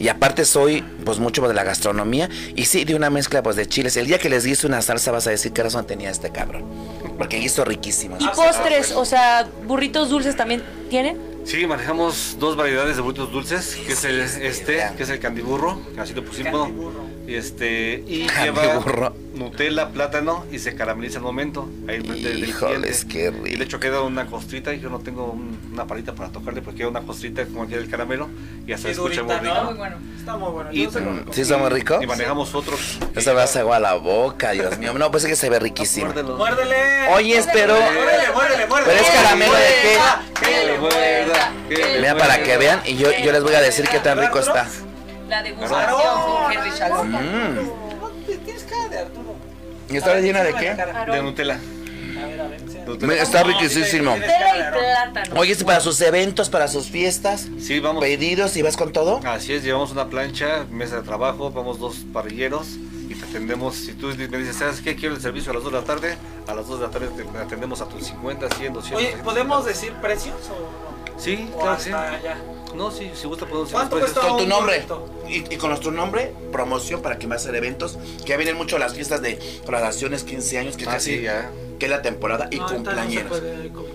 Speaker 2: Y aparte soy pues mucho de la gastronomía y sí de una mezcla pues de chiles. El día que les hice una salsa vas a decir qué razón tenía este cabrón. Porque hizo riquísimo.
Speaker 5: Y postres, o sea, burritos dulces también tienen.
Speaker 11: Sí, manejamos dos variedades de burritos dulces, que es el este, que es el candiburro, que así lo pusimos. ¿no? Este, y
Speaker 2: Candiburro.
Speaker 11: lleva Nutella, plátano y se carameliza al momento. Ahí enfrente del
Speaker 2: Híjoles,
Speaker 11: cliente.
Speaker 2: qué rico.
Speaker 11: Y de hecho queda una costrita y yo no tengo un- una palita para tocarle porque queda una costrita como aquí el caramelo y hasta
Speaker 4: Qué
Speaker 11: escucha muy
Speaker 4: durita,
Speaker 11: rico.
Speaker 4: ¿no? Está muy bueno.
Speaker 11: Y-
Speaker 4: Yo se lo recomiendo.
Speaker 2: Mm, ¿Sí está muy rico?
Speaker 11: Mm, Y manejamos otro.
Speaker 2: Eso me hace agua a la boca, Dios mío. No, pues es que se ve riquísimo.
Speaker 11: Muérdelo.
Speaker 4: Muérdele.
Speaker 2: Oye, espero...
Speaker 4: Muérdele, muérdele, muérdele.
Speaker 2: Pero es caramelo ¿eh? de qué.
Speaker 4: Que le muerda.
Speaker 2: Mira, para que vean y yo, yo les voy a decir qué tan rico está.
Speaker 6: La
Speaker 4: Arturo.
Speaker 6: degustación con Henry Shalom.
Speaker 2: Mm.
Speaker 4: Tienes cara de Arturo.
Speaker 2: ¿Y está llena de qué?
Speaker 11: De Nutella.
Speaker 2: Me- Está riquísimo.
Speaker 6: Tela y plátano.
Speaker 2: Oye, si para sus eventos, para sus fiestas,
Speaker 11: Sí, vamos.
Speaker 2: pedidos y vas con todo.
Speaker 11: Así es, llevamos una plancha, mesa de trabajo, vamos dos parrilleros y te atendemos. Si tú me dices, ¿sabes qué? Quiero el servicio a las 2 de la tarde, a las 2 de la tarde te atendemos a tus 50, 100, 200.
Speaker 4: Oye,
Speaker 11: 150.
Speaker 4: ¿podemos decir precios o
Speaker 11: Sí,
Speaker 4: no? O
Speaker 11: claro que sí.
Speaker 4: hasta allá.
Speaker 11: No, sí, si gusta podemos decir
Speaker 4: ¿Cuánto
Speaker 11: los precios.
Speaker 4: cuesta
Speaker 2: Con tu
Speaker 4: un
Speaker 2: nombre.
Speaker 4: burrito?
Speaker 2: Y, y con nuestro nombre, promoción para que va a hacer eventos. Que ya vienen mucho las fiestas de graduaciones, 15 años, que
Speaker 11: Ah,
Speaker 2: casi
Speaker 11: sí, ya.
Speaker 2: que es la temporada y
Speaker 4: No, ahorita no se
Speaker 2: cumpleañeros.
Speaker 4: puede comer.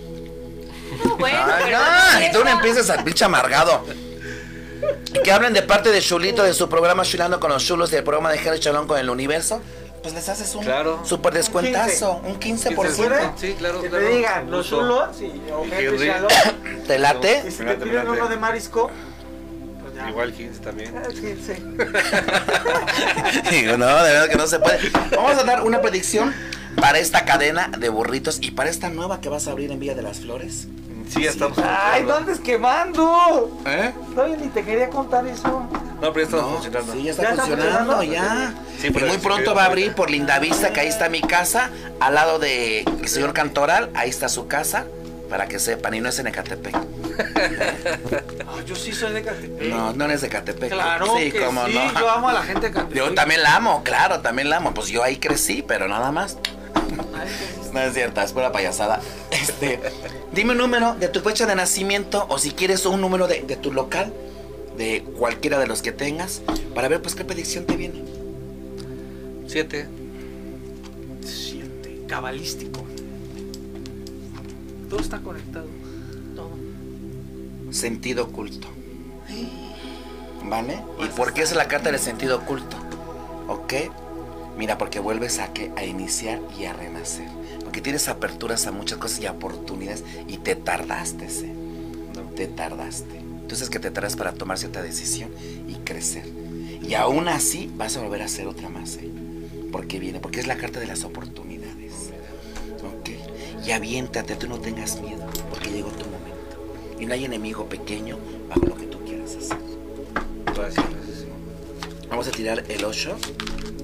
Speaker 6: No, bueno,
Speaker 2: Ay,
Speaker 6: pero
Speaker 2: no,
Speaker 6: la
Speaker 2: y tú no
Speaker 6: fiesta-
Speaker 2: empiezas a pinche amargado. Que hablen de parte de Chulito, de su programa Chulando con los Chulos, del programa de Jerry Chalón con el Universo. Pues les haces un
Speaker 11: Claro.
Speaker 2: super descuentazo, un 15%.
Speaker 11: Sí, claro,
Speaker 4: Que
Speaker 11: claro.
Speaker 4: te digan,
Speaker 11: Con
Speaker 4: los
Speaker 11: gusto.
Speaker 4: chulos y o
Speaker 11: Y
Speaker 4: Henry
Speaker 11: Henry.
Speaker 4: Shalom.
Speaker 2: ¿Te late?
Speaker 4: Y si te
Speaker 11: Espérate,
Speaker 4: piden
Speaker 11: espérate.
Speaker 4: uno de marisco, pues ya.
Speaker 11: Igual 15 también.
Speaker 4: Ah, sí, sí.
Speaker 2: Digo, no, de verdad que no se puede. Vamos a dar una predicción para esta cadena de burritos y para esta nueva que vas a abrir en Villa de las Flores.
Speaker 11: Sí, ya estamos.
Speaker 4: Ay, no andes quemando.
Speaker 2: ¿Eh?
Speaker 4: Todavía ni te quería contar eso.
Speaker 11: No, pero ya estamos funcionando.
Speaker 2: Sí, ya está
Speaker 4: ¿Ya está
Speaker 2: funcionando,
Speaker 4: funcionando?
Speaker 2: ya.
Speaker 11: Sí,
Speaker 2: y
Speaker 11: pero
Speaker 2: muy
Speaker 11: sí,
Speaker 2: pronto
Speaker 11: sí,
Speaker 2: va a
Speaker 11: sí.
Speaker 2: abrir por Lindavista, que ahí está mi casa, al lado de el señor Cantoral, ahí está su casa, para que sepan, y no es en Ecatepec.
Speaker 4: Ah, yo sí soy de Catepec.
Speaker 2: No, no es de Ecatepec.
Speaker 4: Claro
Speaker 2: sí,
Speaker 4: que
Speaker 2: cómo
Speaker 4: sí,
Speaker 2: no.
Speaker 4: yo amo a la gente de Catepec.
Speaker 2: Yo también la amo, claro, también la amo. Pues yo ahí crecí, pero nada más. No es cierta, es pura payasada. Este, dime un número de tu fecha de nacimiento o si quieres un número de, de tu local, de cualquiera de los que tengas, para ver pues qué predicción te viene.
Speaker 11: 7.
Speaker 4: Siete, cabalístico. Todo está conectado.
Speaker 2: Sentido oculto. ¿Vale? ¿Y por qué es la carta del sentido oculto? ¿Ok? Mira, porque vuelves a, que, a iniciar y a renacer. Porque tienes aperturas a muchas cosas y oportunidades y te tardaste, ¿sí? Te tardaste. Entonces que te tardas para tomar cierta decisión y crecer. Y aún así vas a volver a hacer otra más, ¿eh? Porque viene, porque es la carta de las oportunidades. Ok. Y aviéntate, tú no tengas miedo, porque llegó tu momento. Y no hay enemigo pequeño bajo lo que tú quieras hacer. Vamos a tirar el 8,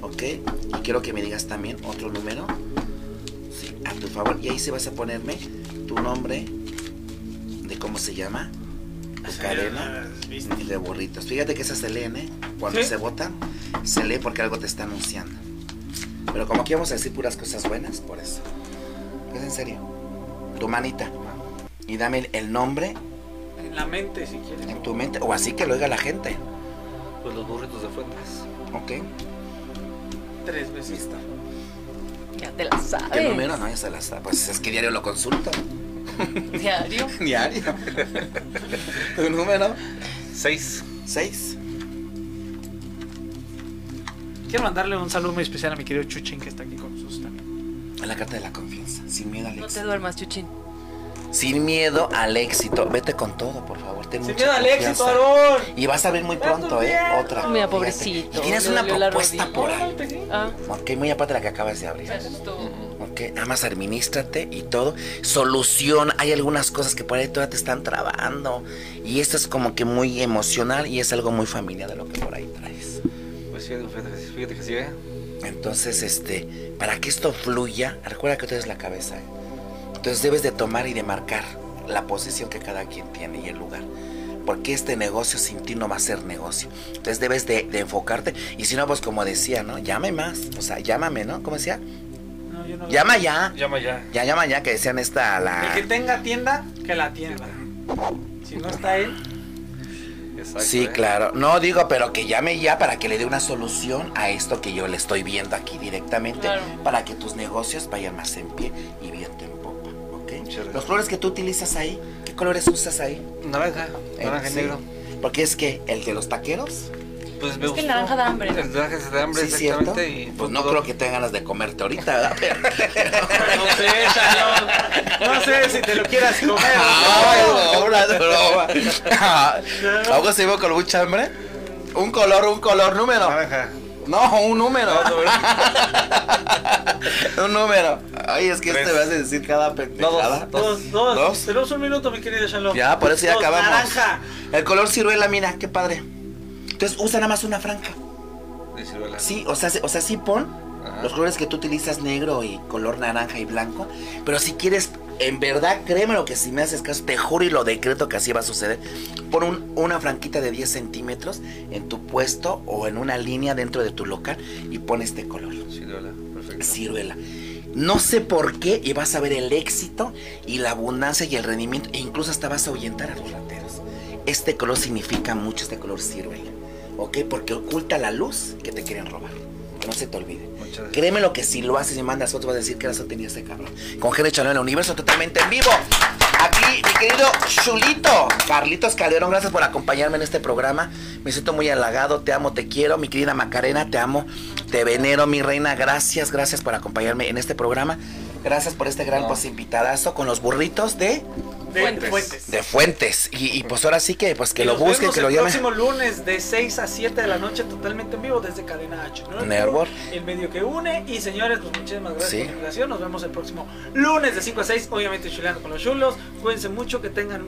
Speaker 2: ¿ok? Y quiero que me digas también otro número. Sí, a tu favor. Y ahí sí vas a ponerme tu nombre, de cómo se llama, tu cadena y de burritos. Fíjate que esas se leen, ¿eh? Cuando
Speaker 4: Sí.
Speaker 2: se votan, se lee porque algo te está anunciando. Pero como aquí vamos a decir puras cosas buenas, por eso. Es en serio. Tu manita. Y dame el- el nombre
Speaker 4: En la mente, si quieres.
Speaker 2: en tu mente, o así que lo oiga la gente.
Speaker 11: Pues los burritos de fuentes.
Speaker 2: Ok.
Speaker 4: Tres veces está.
Speaker 5: Ya te la sabes.
Speaker 2: El número no, ya se las da. Pues es que diario lo consulto.
Speaker 5: Diario.
Speaker 2: Diario. tu Pues, número
Speaker 11: Seis.
Speaker 2: 6.
Speaker 3: Quiero mandarle un saludo muy especial a mi querido Chuchín que está aquí con nosotros también.
Speaker 2: La carta de la confianza. Sin miedo al
Speaker 5: No te
Speaker 2: éxito.
Speaker 5: duermas, Chuchín.
Speaker 2: Sin miedo al éxito. Vete con todo, por favor. Ten
Speaker 4: Se
Speaker 2: mucha
Speaker 4: queda al éxito,
Speaker 2: confianza.
Speaker 4: Aarón.
Speaker 2: Y vas a ver muy
Speaker 4: Ve a
Speaker 2: pronto, ¿eh?
Speaker 4: dormir.
Speaker 2: Otra.
Speaker 5: Mira,
Speaker 2: fíjate.
Speaker 5: pobrecito,
Speaker 2: Y tienes
Speaker 5: le
Speaker 2: una
Speaker 5: dolió la
Speaker 2: propuesta
Speaker 5: rodilla.
Speaker 2: por ahí.
Speaker 5: Ah,
Speaker 2: Ok, muy aparte de la que acabas de abrir.
Speaker 5: me asustó.
Speaker 2: Ok, nada más administrate y todo. Solución, hay algunas cosas que por ahí todavía te están trabando. Y esto es como que muy emocional y es algo muy familiar de lo que por ahí traes.
Speaker 11: Pues sí, fíjate, fíjate que sí, ¿eh?
Speaker 2: Entonces, este, para que esto fluya, recuerda que tú eres la cabeza. ¿eh? Entonces debes de tomar y de marcar la posición que cada quien tiene y el lugar. Porque este negocio sin ti no va a ser negocio. Entonces debes de, de enfocarte. Y si no, pues como decía, ¿no? Llame más. O sea, llámame, ¿no? ¿Cómo decía?
Speaker 4: No, yo no.
Speaker 2: Llama ya.
Speaker 11: Llama ya.
Speaker 2: Ya llama ya, que decían esta
Speaker 4: El
Speaker 2: la...
Speaker 11: Ah.
Speaker 4: que tenga tienda, que la tienda. Si no está él,
Speaker 11: Exacto,
Speaker 2: Sí,
Speaker 11: ¿eh?
Speaker 2: claro. No digo, pero que llame ya para que le dé una solución a esto que yo le estoy viendo aquí directamente,
Speaker 5: Claro.
Speaker 2: para que tus negocios vayan más en pie y viento en popa,
Speaker 11: Muchas
Speaker 2: ¿ok?
Speaker 11: gracias.
Speaker 2: Los colores que tú utilizas ahí, ¿qué colores usas ahí?
Speaker 11: Naranja,
Speaker 2: Eh,
Speaker 11: naranja y
Speaker 2: sí.
Speaker 11: negro.
Speaker 2: Porque es que el de los taqueros,
Speaker 11: Pues me
Speaker 5: Es que el
Speaker 11: gustó.
Speaker 5: naranja da hambre.
Speaker 11: El naranja se da hambre,
Speaker 2: sí, cierto.
Speaker 11: exactamente. Y
Speaker 2: Pues no creo que tengan ganas de comerte ahorita, ¿verdad? Pero-
Speaker 4: no sé, Shalom. No sé si te lo quieras comer.
Speaker 2: Ay, Ah, una broma. Luego se iba con mucha hambre. Un color, un color, número.
Speaker 11: Naranja.
Speaker 2: No, un número. un número. Ay, es que
Speaker 11: Tres.
Speaker 2: este vas a decir cada pendejada.
Speaker 4: Dos, dos,
Speaker 2: Dos.
Speaker 4: Tenemos un minuto, mi querido Shalom.
Speaker 2: Ya, por eso ya
Speaker 4: Dos,
Speaker 2: acabamos.
Speaker 4: Naranja.
Speaker 2: El color ciruela, mira, qué padre. Entonces usa nada más una franca.
Speaker 11: De ciruela. Ah,
Speaker 2: Sí, o sea, sí- o sea, sí pon
Speaker 11: Ajá.
Speaker 2: los colores que tú utilizas negro y color naranja y blanco. Pero si quieres, en verdad, créeme lo que si me haces caso, te juro y lo decreto que así va a suceder. Pon un- una franquita de 10 centímetros en tu puesto o en una línea dentro de tu local y pon este color.
Speaker 11: Ciruela, perfecto.
Speaker 2: ciruela. No sé por qué y vas a ver el éxito y la abundancia y el rendimiento e incluso hasta vas a ahuyentar a los rateros. Este color significa mucho, este color ciruela, ¿ok? Porque oculta la luz que te quieren robar. Que no se te olvide.
Speaker 11: Muchas gracias.
Speaker 2: Créeme lo que si lo haces y mandas fotos vas a decir que eso tenía ese cabrón. Con Henry Chalón en el universo totalmente en vivo. Aquí, mi querido Chulito, Carlitos Calderón, gracias por acompañarme en este programa. Me siento muy halagado, te amo, te quiero. Mi querida Macarena, te amo, te venero, mi reina. Gracias, gracias por acompañarme en este programa. Gracias por este gran
Speaker 11: No.
Speaker 2: pues invitadazo con los burritos de,
Speaker 4: De
Speaker 5: Fuentes.
Speaker 4: Fuentes.
Speaker 2: de Fuentes. Y, y, pues ahora sí que pues que
Speaker 4: Y
Speaker 2: lo
Speaker 4: nos
Speaker 2: busquen,
Speaker 4: vemos
Speaker 2: que lo
Speaker 4: el
Speaker 2: llamen.
Speaker 4: próximo lunes de 6 a 7 de la noche totalmente en vivo desde Cadena H. ¿no?
Speaker 2: Network.
Speaker 4: El medio que une. Y señores, pues muchísimas gracias
Speaker 2: Sí.
Speaker 4: por la invitación. Nos vemos el próximo lunes de 5 a 6. Obviamente chuleando con los chulos. Cuídense mucho, que tengan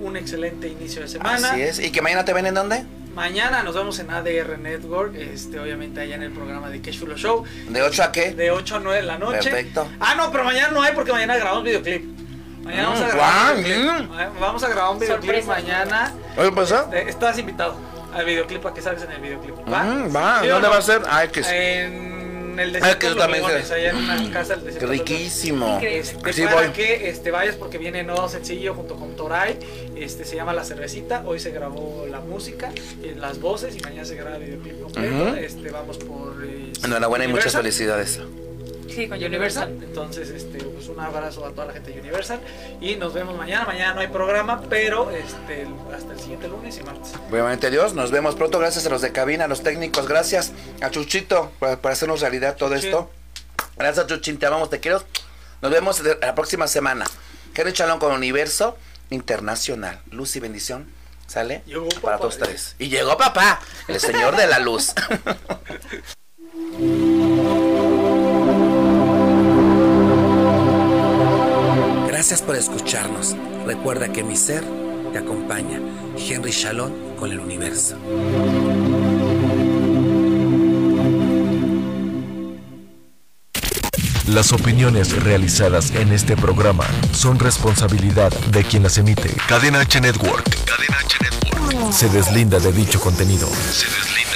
Speaker 4: un excelente inicio de semana.
Speaker 2: Así es. ¿Y que mañana te ven en dónde?
Speaker 4: Mañana nos vemos en ADR Network. Este, obviamente allá en el programa de Que Chulo Show.
Speaker 2: ¿De 8 a qué?
Speaker 4: De 8 a 9 de la noche.
Speaker 2: Perfecto.
Speaker 4: Ah, no, pero mañana no hay porque mañana grabamos videoclip. Mañana vamos a
Speaker 2: Mm,
Speaker 4: grabar. un
Speaker 2: guau, mm.
Speaker 4: videoclip. Vamos a grabar un videoclip
Speaker 5: Sorpresa.
Speaker 4: mañana.
Speaker 2: ¿Oye, pasó?
Speaker 4: Eh, Estás invitado al videoclip a que salgas en el videoclip. ¿Va?
Speaker 2: Mm, va,
Speaker 4: ¿Sí o
Speaker 2: ¿dónde
Speaker 4: no?
Speaker 2: va a ser? Ay, que sí.
Speaker 4: En el
Speaker 2: Ah,
Speaker 4: desierto
Speaker 2: que
Speaker 4: de
Speaker 2: yo
Speaker 4: los
Speaker 2: también sé.
Speaker 4: Leones, allá en una casa del
Speaker 2: Qué
Speaker 4: desierto. de los
Speaker 2: riquísimo.
Speaker 4: Leones. Este,
Speaker 2: Sí,
Speaker 4: para
Speaker 2: voy.
Speaker 4: que este, vayas porque viene nuevo sencillo junto con Toray. Este se llama La Cervecita. Hoy se grabó la música, eh, las voces y mañana se graba el videoclip completo.
Speaker 2: Ujú.
Speaker 4: Este vamos por eh,
Speaker 2: Enhorabuena y muchas
Speaker 4: Universal.
Speaker 2: felicidades.
Speaker 5: Sí, con
Speaker 4: Universal.
Speaker 5: Universal.
Speaker 4: Entonces, este, pues un abrazo a toda la gente de Universal y nos vemos mañana. Mañana no hay programa, pero este, hasta el siguiente lunes y martes.
Speaker 2: Obviamente Dios, nos vemos pronto. Gracias a los de cabina, a los técnicos, gracias a Chuchito por, por hacernos realidad todo
Speaker 4: Sí.
Speaker 2: esto. Gracias Chuchín, te amamos, te quiero. Nos vemos de- la próxima semana. Henry Chalón con Universo Internacional. Luz y bendición. ¿Sale?
Speaker 4: Llegó
Speaker 2: Para
Speaker 4: papá. ¿eh?
Speaker 2: todos ustedes. Y llegó papá, el señor de la luz. Gracias por escucharnos. Recuerda que mi ser te acompaña. Henry Shalom con el universo.
Speaker 1: Las opiniones realizadas en este programa son responsabilidad de quien las emite. Cadena H Network. Cadena H Network. Se deslinda de dicho contenido. Se deslinda.